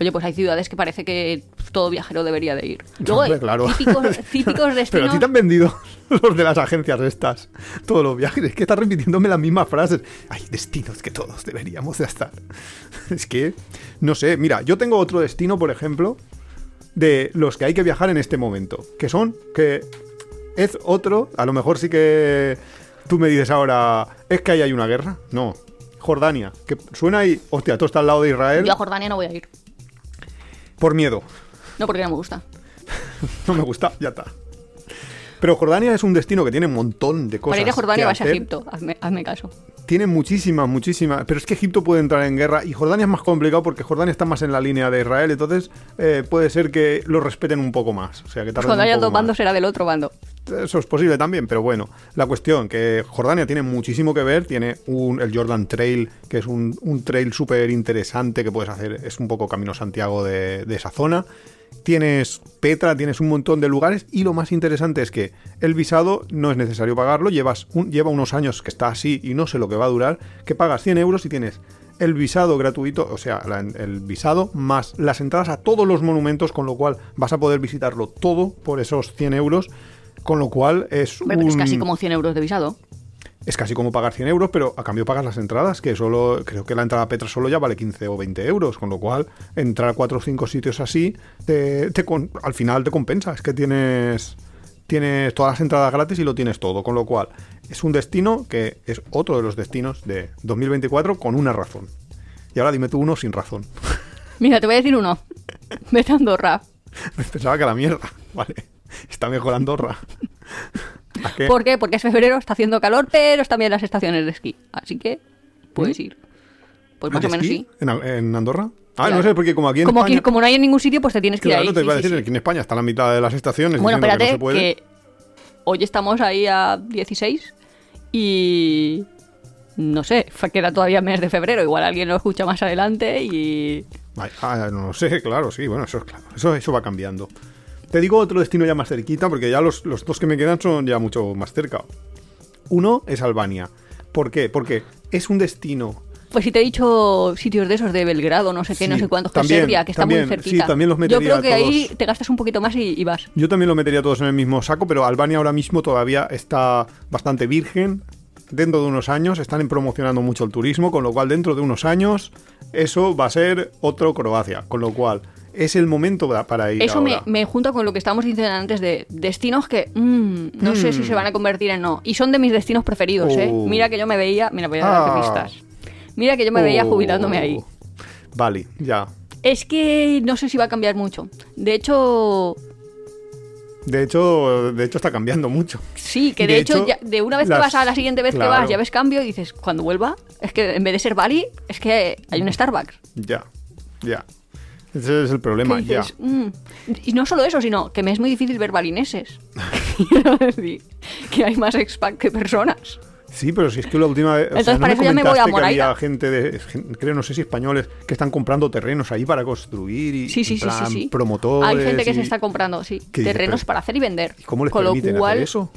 [SPEAKER 1] Oye, pues hay ciudades que parece que todo viajero debería de ir. Luego,
[SPEAKER 2] Hombre, claro.
[SPEAKER 1] típicos, típicos
[SPEAKER 2] Pero a
[SPEAKER 1] destinos.
[SPEAKER 2] ti te han vendido los de las agencias estas. Todos los viajes. Es que estás repitiéndome las mismas frases. Hay destinos que todos deberíamos de estar. Es que, no sé. Mira, yo tengo otro destino, por ejemplo, de los que hay que viajar en este momento. Que son, que es otro. A lo mejor sí que tú me dices ahora, es que ahí hay una guerra. No. Jordania. Que suena ahí, hostia, todo está al lado de Israel.
[SPEAKER 1] Yo a Jordania no voy a ir.
[SPEAKER 2] Por miedo.
[SPEAKER 1] No porque no me gusta.
[SPEAKER 2] No me gusta, ya está. Pero Jordania es un destino que tiene un montón de cosas.
[SPEAKER 1] Para ir a Jordania
[SPEAKER 2] que
[SPEAKER 1] vas a
[SPEAKER 2] hacer.
[SPEAKER 1] Egipto. Hazme, hazme caso.
[SPEAKER 2] Tiene muchísimas, muchísimas. Pero es que Egipto puede entrar en guerra y Jordania es más complicado porque Jordania está más en la línea de Israel. Entonces eh, puede ser que lo respeten un poco más. O sea, que tarden
[SPEAKER 1] Cuando
[SPEAKER 2] un
[SPEAKER 1] haya
[SPEAKER 2] poco
[SPEAKER 1] dos bandos
[SPEAKER 2] más.
[SPEAKER 1] será del otro bando.
[SPEAKER 2] Eso es posible también, pero bueno. La cuestión que Jordania tiene muchísimo que ver. Tiene un, el Jordan Trail, que es un, un trail súper interesante que puedes hacer. Es un poco Camino Santiago de, de esa zona. Tienes Petra, tienes un montón de lugares y lo más interesante es que el visado no es necesario pagarlo, llevas un- lleva unos años que está así y no sé lo que va a durar, que pagas 100 euros y tienes el visado gratuito, o sea, la- el visado más las entradas a todos los monumentos, con lo cual vas a poder visitarlo todo por esos 100 euros, con lo cual es
[SPEAKER 1] Hombre, pero es
[SPEAKER 2] un-
[SPEAKER 1] casi como 100 euros de visado.
[SPEAKER 2] es casi como pagar 100 euros, pero a cambio pagas las entradas, que solo creo que la entrada a Petra solo ya vale 15 o 20 euros, con lo cual entrar a 4 o 5 sitios así te, te con- al final te compensa, es que tienes, tienes todas las entradas gratis y lo tienes todo, con lo cual es un destino que es otro de los destinos de 2024 con una razón. Y ahora dime tú uno sin razón.
[SPEAKER 1] Mira, te voy a decir uno. Vete a Andorra.
[SPEAKER 2] Pensaba que a la mierda, vale. Está mejor Andorra. ¿A qué?
[SPEAKER 1] ¿Por qué? Porque es febrero, está haciendo calor, pero están bien las estaciones de esquí. Así que puedes ir. Pues más
[SPEAKER 2] ¿Eh?
[SPEAKER 1] o
[SPEAKER 2] ¿Hay
[SPEAKER 1] menos
[SPEAKER 2] esquí
[SPEAKER 1] sí.
[SPEAKER 2] ¿En, en Andorra? Ah,
[SPEAKER 1] Claro.
[SPEAKER 2] no sé, porque como aquí en
[SPEAKER 1] como, aquí-
[SPEAKER 2] España...
[SPEAKER 1] como no hay en ningún sitio, pues te tienes que ir
[SPEAKER 2] Claro,
[SPEAKER 1] ahí.
[SPEAKER 2] te
[SPEAKER 1] Sí,
[SPEAKER 2] iba a
[SPEAKER 1] sí,
[SPEAKER 2] decir,
[SPEAKER 1] sí.
[SPEAKER 2] aquí en España está la mitad de las estaciones.
[SPEAKER 1] Bueno, espérate,
[SPEAKER 2] diciendo
[SPEAKER 1] que,
[SPEAKER 2] no se puede.
[SPEAKER 1] hoy estamos ahí a 16 y no sé, fa- queda todavía mes de febrero, igual alguien lo escucha más adelante y
[SPEAKER 2] Ay, ah, no lo sé, claro, sí, bueno, eso es claro. Eso, eso va cambiando. Te digo otro destino ya más cerquita, porque ya los, los dos que me quedan son ya mucho más cerca. Uno es Albania. ¿Por qué? Porque es un destino
[SPEAKER 1] pues si te he dicho sitios de esos de Belgrado, no sé qué,
[SPEAKER 2] Sí,
[SPEAKER 1] no sé cuántos, que
[SPEAKER 2] también,
[SPEAKER 1] Serbia, que está
[SPEAKER 2] también,
[SPEAKER 1] muy cerquita.
[SPEAKER 2] sí, también los
[SPEAKER 1] Yo creo
[SPEAKER 2] metería
[SPEAKER 1] que ahí
[SPEAKER 2] todos.
[SPEAKER 1] te gastas un poquito más y, y vas.
[SPEAKER 2] Yo también lo metería todos en el mismo saco, pero Albania ahora mismo todavía está bastante virgen. Dentro de unos años están promocionando mucho el turismo, con lo cual dentro de unos años eso va a ser otro Croacia. Con lo cual es el momento pa- para ir.
[SPEAKER 1] Eso me,
[SPEAKER 2] ahora.
[SPEAKER 1] me junta con lo que estábamos diciendo antes de destinos que mm, no sé si se van a convertir en no. Y son de mis destinos preferidos, ¿eh?
[SPEAKER 2] Oh.
[SPEAKER 1] Mira que yo me veía, mira, voy a darte
[SPEAKER 2] Ah.
[SPEAKER 1] pistas. Mira que yo me veía
[SPEAKER 2] Oh.
[SPEAKER 1] jubilándome ahí.
[SPEAKER 2] Vale, ya.
[SPEAKER 1] Es que no sé si va a cambiar mucho. De hecho,
[SPEAKER 2] De hecho, de hecho está cambiando mucho.
[SPEAKER 1] sí, que de,
[SPEAKER 2] De
[SPEAKER 1] hecho,
[SPEAKER 2] hecho,
[SPEAKER 1] ya- de una vez
[SPEAKER 2] las-
[SPEAKER 1] que vas a la siguiente vez que
[SPEAKER 2] claro.
[SPEAKER 1] vas, ya ves cambio y dices, cuando vuelva, es que en vez de ser Bali, es que hay un Starbucks.
[SPEAKER 2] Ya, ya. Ese es el
[SPEAKER 1] Que
[SPEAKER 2] problema, ya.
[SPEAKER 1] dices, "Mm". Y no solo eso, sino que me es muy difícil ver balineses. Quiero decir, que hay más expat que personas.
[SPEAKER 2] Sí, pero si es que la última vez. o sea,
[SPEAKER 1] Entonces,
[SPEAKER 2] ¿no
[SPEAKER 1] para eso ya me voy a
[SPEAKER 2] comentaste que
[SPEAKER 1] Moraira.
[SPEAKER 2] había gente de. gen- Creo, no sé si españoles, que están comprando terrenos ahí para construir y.
[SPEAKER 1] Sí, sí, sí,
[SPEAKER 2] en
[SPEAKER 1] sí,
[SPEAKER 2] plan,
[SPEAKER 1] sí.
[SPEAKER 2] Promotores.
[SPEAKER 1] Hay gente que se
[SPEAKER 2] y-
[SPEAKER 1] está comprando, sí,
[SPEAKER 2] ¿Qué dices?
[SPEAKER 1] terrenos
[SPEAKER 2] Pero-
[SPEAKER 1] para hacer y vender.
[SPEAKER 2] ¿Y cómo les
[SPEAKER 1] Con lo
[SPEAKER 2] permiten hacer
[SPEAKER 1] cual,
[SPEAKER 2] eso?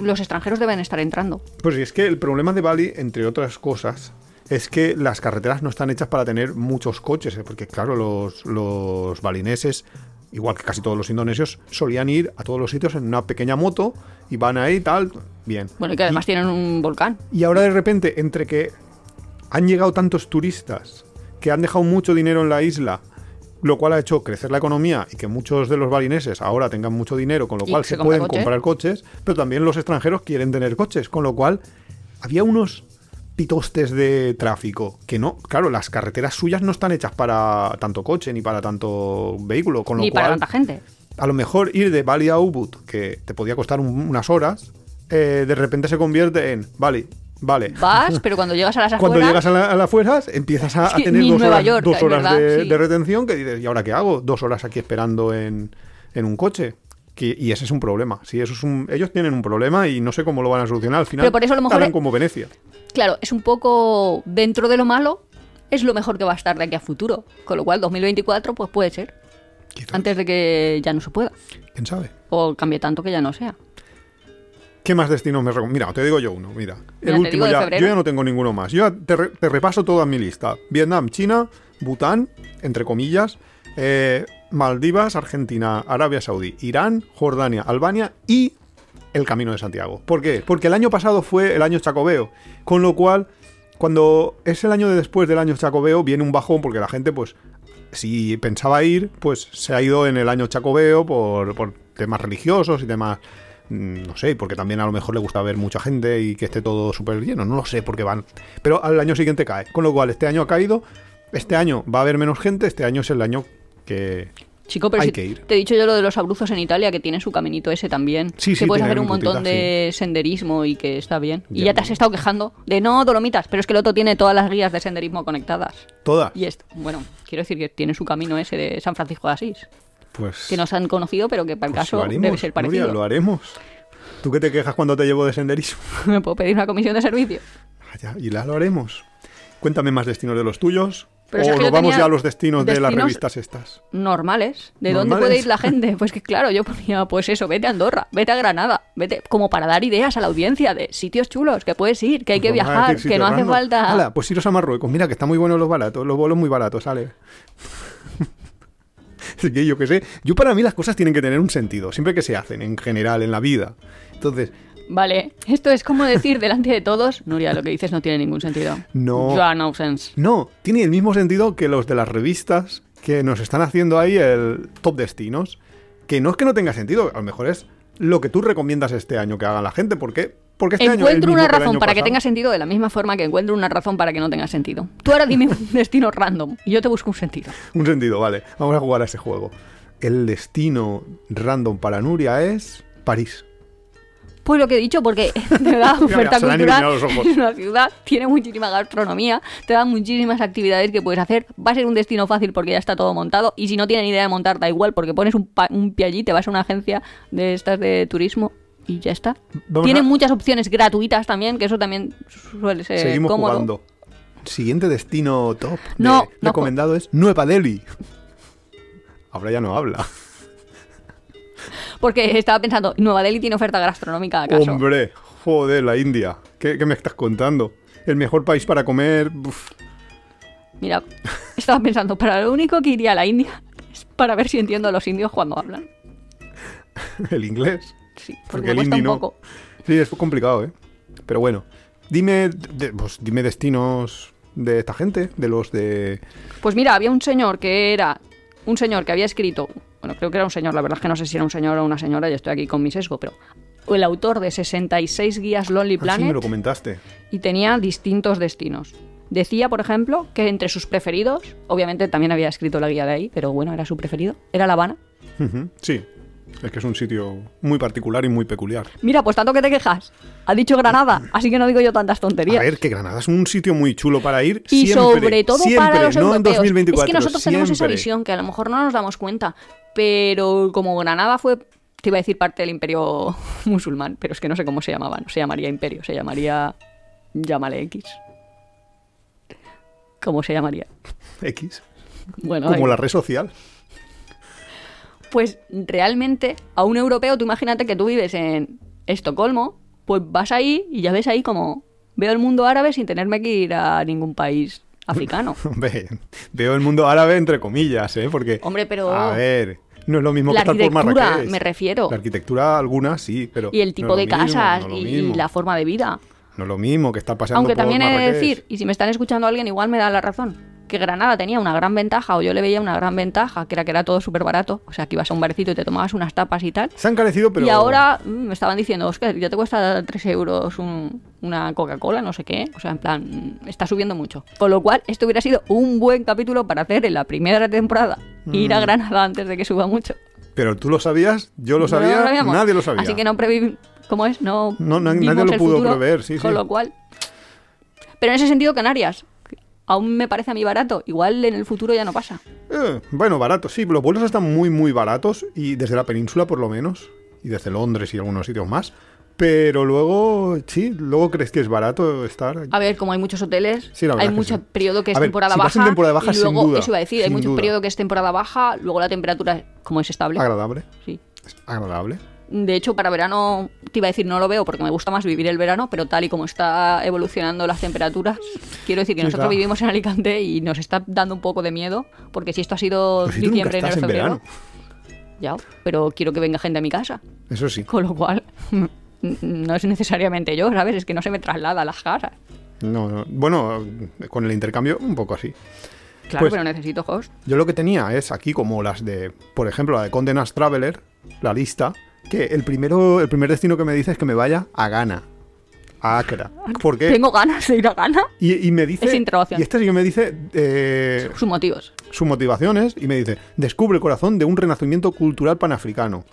[SPEAKER 1] los extranjeros deben estar entrando.
[SPEAKER 2] Pues sí, es que el problema de Bali, entre otras cosas, es que las carreteras no están hechas para tener muchos coches, ¿eh? porque claro, los, los balineses, igual que casi todos los indonesios, solían ir a todos los sitios en una pequeña moto y van ahí tal, bien.
[SPEAKER 1] Bueno, y que además tienen un volcán.
[SPEAKER 2] Y ahora de repente, entre que han llegado tantos turistas, que han dejado mucho dinero en la isla, lo cual ha hecho crecer la economía y que muchos de los balineses ahora tengan mucho dinero, con lo
[SPEAKER 1] Y
[SPEAKER 2] cual
[SPEAKER 1] se
[SPEAKER 2] se
[SPEAKER 1] compra
[SPEAKER 2] pueden
[SPEAKER 1] coche.
[SPEAKER 2] comprar coches, pero también los extranjeros quieren tener coches, con lo cual había unos pitostes de tráfico que no, claro, las carreteras suyas no están hechas para tanto coche ni para tanto vehículo, con lo
[SPEAKER 1] Ni
[SPEAKER 2] cual
[SPEAKER 1] para tanta gente.
[SPEAKER 2] a lo mejor ir de Bali a Ubud, que te podía costar un- unas horas, eh, de repente se convierte en Bali, vale.
[SPEAKER 1] Vas, pero cuando llegas a las
[SPEAKER 2] Cuando
[SPEAKER 1] afueras,
[SPEAKER 2] llegas a, la- a las afueras, empiezas a,
[SPEAKER 1] Es que
[SPEAKER 2] a tener
[SPEAKER 1] ni
[SPEAKER 2] dos
[SPEAKER 1] Nueva
[SPEAKER 2] horas,
[SPEAKER 1] York,
[SPEAKER 2] dos
[SPEAKER 1] es
[SPEAKER 2] horas
[SPEAKER 1] verdad,
[SPEAKER 2] de,
[SPEAKER 1] sí.
[SPEAKER 2] de retención que dices, ¿y ahora qué hago? Dos horas aquí esperando en, en un coche. Que- y ese es un problema. Sí, eso es un, ellos tienen un problema y no sé cómo lo van a solucionar. Al final
[SPEAKER 1] Pero por eso a lo mejor
[SPEAKER 2] tardan
[SPEAKER 1] es-
[SPEAKER 2] como Venecia.
[SPEAKER 1] claro, es un poco dentro de lo malo, es lo mejor que va a estar de aquí a futuro. Con lo cual, 2024, pues puede ser. Antes de que ya no se pueda.
[SPEAKER 2] ¿Quién sabe?
[SPEAKER 1] O cambie tanto que ya no sea.
[SPEAKER 2] ¿Qué más destinos me recomiendas? Mira, te digo yo uno, mira.
[SPEAKER 1] Mira, te digo
[SPEAKER 2] el último
[SPEAKER 1] de
[SPEAKER 2] ya.
[SPEAKER 1] febrero.
[SPEAKER 2] Yo ya no tengo ninguno más. Yo ya te, re- te repaso toda mi lista. Vietnam, China, Bután, entre comillas, eh, Maldivas, Argentina, Arabia Saudí, Irán, Jordania, Albania y el Camino de Santiago. ¿Por qué? Porque el año pasado fue el año chacobeo, con lo cual cuando es el año de después del año chacobeo viene un bajón porque la gente pues si pensaba ir pues se ha ido en el año chacobeo por, por temas religiosos y temas mm, no sé, porque también a lo mejor le gusta ver mucha gente y que esté todo súper lleno, no lo sé porque van, pero al año siguiente cae, con lo cual este año ha caído, este año va a haber menos gente, este año es el año que
[SPEAKER 1] Chico, pero
[SPEAKER 2] Hay
[SPEAKER 1] si
[SPEAKER 2] que ir.
[SPEAKER 1] te he dicho yo lo de los abruzos en Italia, que tienen su caminito ese también.
[SPEAKER 2] Sí, sí,
[SPEAKER 1] que puedes hacer
[SPEAKER 2] tienen
[SPEAKER 1] un montón
[SPEAKER 2] rutitas,
[SPEAKER 1] de senderismo y que está bien. Y
[SPEAKER 2] Ya.
[SPEAKER 1] ya te has estado quejando de no, Dolomitas, pero es que el otro tiene todas las guías de senderismo conectadas.
[SPEAKER 2] toda,
[SPEAKER 1] Y esto, bueno, quiero decir que tiene su camino ese de San Francisco de Asís,
[SPEAKER 2] pues
[SPEAKER 1] que nos han conocido, pero que para el
[SPEAKER 2] pues
[SPEAKER 1] caso
[SPEAKER 2] lo haremos,
[SPEAKER 1] debe ser
[SPEAKER 2] Nuria,
[SPEAKER 1] parecido.
[SPEAKER 2] lo haremos. ¿Tú qué te quejas cuando te llevo de senderismo?
[SPEAKER 1] Me puedo pedir una comisión de servicio.
[SPEAKER 2] Vaya, y la lo haremos. Cuéntame más destinos de los tuyos.
[SPEAKER 1] Pero si
[SPEAKER 2] o
[SPEAKER 1] es que
[SPEAKER 2] nos
[SPEAKER 1] yo
[SPEAKER 2] vamos
[SPEAKER 1] tenía
[SPEAKER 2] ya a los destinos, de las
[SPEAKER 1] destinos-
[SPEAKER 2] revistas estas.
[SPEAKER 1] Normales. ¿De dónde
[SPEAKER 2] ¿Normales?
[SPEAKER 1] puede ir la gente? Pues que claro, yo ponía, pues eso, vete a Andorra, vete a Granada, vete como para dar ideas a la audiencia de sitios chulos que puedes ir, que hay que
[SPEAKER 2] Nos van Pues a
[SPEAKER 1] viajar,
[SPEAKER 2] decir
[SPEAKER 1] que no
[SPEAKER 2] sitios
[SPEAKER 1] hace
[SPEAKER 2] random.
[SPEAKER 1] falta...
[SPEAKER 2] Hala, pues iros a Marruecos. Mira que están muy buenos los baratos, los bolos muy baratos, sale. Así que yo qué sé. Yo para mí las cosas tienen que tener un sentido, siempre que se hacen, en general, en la vida. Entonces,
[SPEAKER 1] Vale, esto es como decir delante de todos, Nuria, lo que dices no tiene ningún sentido.
[SPEAKER 2] No.
[SPEAKER 1] Ya, no sense.
[SPEAKER 2] no, tiene el mismo sentido que los de las revistas que nos están haciendo ahí el top destinos. Que no es que no tenga sentido, a lo mejor es lo que tú recomiendas este año que haga la gente. ¿Por qué? Porque este año es el
[SPEAKER 1] encuentro
[SPEAKER 2] mismo
[SPEAKER 1] una
[SPEAKER 2] que el
[SPEAKER 1] razón
[SPEAKER 2] año
[SPEAKER 1] para que
[SPEAKER 2] pasado.
[SPEAKER 1] tenga sentido de la misma forma que encuentro una razón para que no tenga sentido. Tú ahora dime un destino random y yo te busco un sentido.
[SPEAKER 2] Un sentido, vale. Vamos a jugar a ese juego. El destino random para Nuria es París.
[SPEAKER 1] Pues lo que he dicho, porque te da oferta
[SPEAKER 2] se le han iluminado
[SPEAKER 1] cultural,
[SPEAKER 2] los ojos.
[SPEAKER 1] es una ciudad, tiene muchísima gastronomía, te da muchísimas actividades que puedes hacer, va a ser un destino fácil porque ya está todo montado y si no tienen idea de montar da igual porque pones un, pa- un pie allí, te vas a una agencia de estas de turismo y ya está.
[SPEAKER 2] Vamos
[SPEAKER 1] tiene
[SPEAKER 2] a-
[SPEAKER 1] muchas opciones gratuitas también, que eso también suele ser
[SPEAKER 2] Seguimos
[SPEAKER 1] cómodo.
[SPEAKER 2] jugando. Siguiente destino top de-
[SPEAKER 1] No, no
[SPEAKER 2] recomendado es Nueva Delhi. Ahora ya no habla.
[SPEAKER 1] Porque estaba pensando, Nueva Delhi tiene oferta gastronómica acaso.
[SPEAKER 2] Hombre, joder, la India. ¿Qué, qué me estás contando? El mejor país para comer. uf.
[SPEAKER 1] Mira, estaba pensando, para lo único que iría a la India es para ver si entiendo a los indios cuando hablan.
[SPEAKER 2] el inglés.
[SPEAKER 1] Sí, porque,
[SPEAKER 2] Porque
[SPEAKER 1] me
[SPEAKER 2] el
[SPEAKER 1] cuesta
[SPEAKER 2] indie
[SPEAKER 1] un
[SPEAKER 2] no.
[SPEAKER 1] poco.
[SPEAKER 2] Sí, es complicado, ¿eh? Pero bueno, dime, de- pues, dime destinos de esta gente, de los de
[SPEAKER 1] Pues mira, había un señor que era. Un señor que había escrito. Bueno, creo que era un señor, la verdad es que no sé si era un señor o una señora, yo estoy aquí con mi sesgo, pero. El autor de 66 guías Lonely
[SPEAKER 2] Ah, sí, me
[SPEAKER 1] Planet
[SPEAKER 2] lo comentaste.
[SPEAKER 1] y tenía distintos destinos. Decía, por ejemplo, que entre sus preferidos, obviamente también había escrito la guía de ahí, pero bueno, era su preferido, era La Habana.
[SPEAKER 2] Ujú, Sí. Es que es un sitio muy particular y muy peculiar.
[SPEAKER 1] Mira, pues tanto que te quejas. Ha dicho Granada, así que no digo yo tantas
[SPEAKER 2] A
[SPEAKER 1] tonterías.
[SPEAKER 2] ver, que Granada es un sitio muy chulo para ir.
[SPEAKER 1] Y
[SPEAKER 2] siempre,
[SPEAKER 1] sobre todo
[SPEAKER 2] siempre,
[SPEAKER 1] para los
[SPEAKER 2] no en
[SPEAKER 1] europeos.
[SPEAKER 2] 2024.
[SPEAKER 1] es que nosotros tenemos esa
[SPEAKER 2] siempre.
[SPEAKER 1] visión que a lo mejor no nos damos cuenta, pero como Granada fue, te iba a decir parte del imperio musulmán, pero es que no sé cómo se llamaba, no se llamaría imperio, se llamaría llámale X. ¿Cómo se llamaría?
[SPEAKER 2] X.
[SPEAKER 1] Bueno, da
[SPEAKER 2] Como
[SPEAKER 1] igual.
[SPEAKER 2] la red social.
[SPEAKER 1] pues realmente a un europeo, tú imagínate que tú vives en Estocolmo, pues vas ahí y ya ves ahí como veo el mundo árabe sin tenerme que ir a ningún país africano.
[SPEAKER 2] Ve- Veo el mundo árabe entre comillas, ¿eh? Porque.
[SPEAKER 1] Hombre, pero-
[SPEAKER 2] A ver. No es lo mismo
[SPEAKER 1] La
[SPEAKER 2] que estar por
[SPEAKER 1] arquitectura,
[SPEAKER 2] Marrakech.
[SPEAKER 1] me refiero.
[SPEAKER 2] La arquitectura, alguna sí, pero.
[SPEAKER 1] Y el tipo
[SPEAKER 2] no es
[SPEAKER 1] de
[SPEAKER 2] lo mismo,
[SPEAKER 1] casas
[SPEAKER 2] no es
[SPEAKER 1] y,
[SPEAKER 2] lo
[SPEAKER 1] y
[SPEAKER 2] mismo.
[SPEAKER 1] la forma de vida.
[SPEAKER 2] No es lo mismo que estar paseando
[SPEAKER 1] Aunque
[SPEAKER 2] por
[SPEAKER 1] también he de
[SPEAKER 2] Marrakech.
[SPEAKER 1] decir, y si me están escuchando alguien, igual me da la razón. Que Granada tenía una gran ventaja, o yo le veía una gran ventaja, que era que era todo súper barato. O sea, que ibas a un barecito y te tomabas unas tapas y tal.
[SPEAKER 2] Se han carecido, pero.
[SPEAKER 1] Y ahora mm, me estaban diciendo, Oscar, ya te cuesta 3 euros un- una Coca-Cola, no sé qué. O sea, en plan, mm, está subiendo mucho. Con lo cual, esto hubiera sido un buen capítulo para hacer en la primera temporada. Ir
[SPEAKER 2] Mm.
[SPEAKER 1] a Granada antes de que suba mucho.
[SPEAKER 2] Pero tú lo sabías, yo lo
[SPEAKER 1] No
[SPEAKER 2] sabía,
[SPEAKER 1] sabíamos.
[SPEAKER 2] nadie lo sabía.
[SPEAKER 1] Así que no previ... ¿Cómo es? No,
[SPEAKER 2] No, na-
[SPEAKER 1] vimos
[SPEAKER 2] nadie lo
[SPEAKER 1] el
[SPEAKER 2] pudo
[SPEAKER 1] futuro,
[SPEAKER 2] prever, sí,
[SPEAKER 1] Con
[SPEAKER 2] sí.
[SPEAKER 1] lo cual... Pero en ese sentido, Canarias. Aún me parece a mí barato. Igual en el futuro ya no pasa.
[SPEAKER 2] Eh, bueno, baratos, sí, los vuelos están muy, muy baratos, y desde la península por lo menos, y desde Londres y algunos sitios más. Pero luego, sí, luego crees que es barato estar.
[SPEAKER 1] A ver, como hay muchos hoteles,
[SPEAKER 2] Sí, la verdad
[SPEAKER 1] hay
[SPEAKER 2] es que
[SPEAKER 1] mucho
[SPEAKER 2] sí.
[SPEAKER 1] periodo que es
[SPEAKER 2] A ver,
[SPEAKER 1] temporada
[SPEAKER 2] si vas
[SPEAKER 1] baja.
[SPEAKER 2] en temporada baja,
[SPEAKER 1] y
[SPEAKER 2] sin
[SPEAKER 1] luego,
[SPEAKER 2] duda,
[SPEAKER 1] eso iba a decir, hay
[SPEAKER 2] sin
[SPEAKER 1] mucho
[SPEAKER 2] duda.
[SPEAKER 1] periodo que es temporada baja, luego la temperatura, como es estable.
[SPEAKER 2] Agradable,
[SPEAKER 1] Sí.
[SPEAKER 2] es agradable.
[SPEAKER 1] De hecho, para verano, te iba a decir, no lo veo porque me gusta más vivir el verano, pero tal y como está evolucionando las temperaturas, quiero decir que
[SPEAKER 2] Sí,
[SPEAKER 1] nosotros
[SPEAKER 2] claro.
[SPEAKER 1] vivimos en Alicante y nos está dando un poco de miedo, porque si esto ha sido
[SPEAKER 2] Pero si tú nunca
[SPEAKER 1] diciembre,
[SPEAKER 2] estás
[SPEAKER 1] enero, febrero,
[SPEAKER 2] en verano,
[SPEAKER 1] ya, pero quiero que venga gente a mi casa,
[SPEAKER 2] eso sí.
[SPEAKER 1] con lo cual no es necesariamente yo, ¿sabes? Es que no se me traslada a las casas.
[SPEAKER 2] No, no, Bueno, con el intercambio, un poco así.
[SPEAKER 1] Claro,
[SPEAKER 2] Pues-
[SPEAKER 1] pero necesito host.
[SPEAKER 2] Yo lo que tenía es aquí como las de, por ejemplo, la de Condé Nast Traveler, la lista, que el, primero, el primer destino que me dice es que me vaya a Ghana, a Accra. ¿Por qué?
[SPEAKER 1] Tengo ganas de ir a Ghana.
[SPEAKER 2] Y, y me dice...
[SPEAKER 1] Es introducción.
[SPEAKER 2] Y este sí que me dice eh,
[SPEAKER 1] Sus motivos.
[SPEAKER 2] sus motivaciones y me dice, descubre el corazón de un renacimiento cultural panafricano.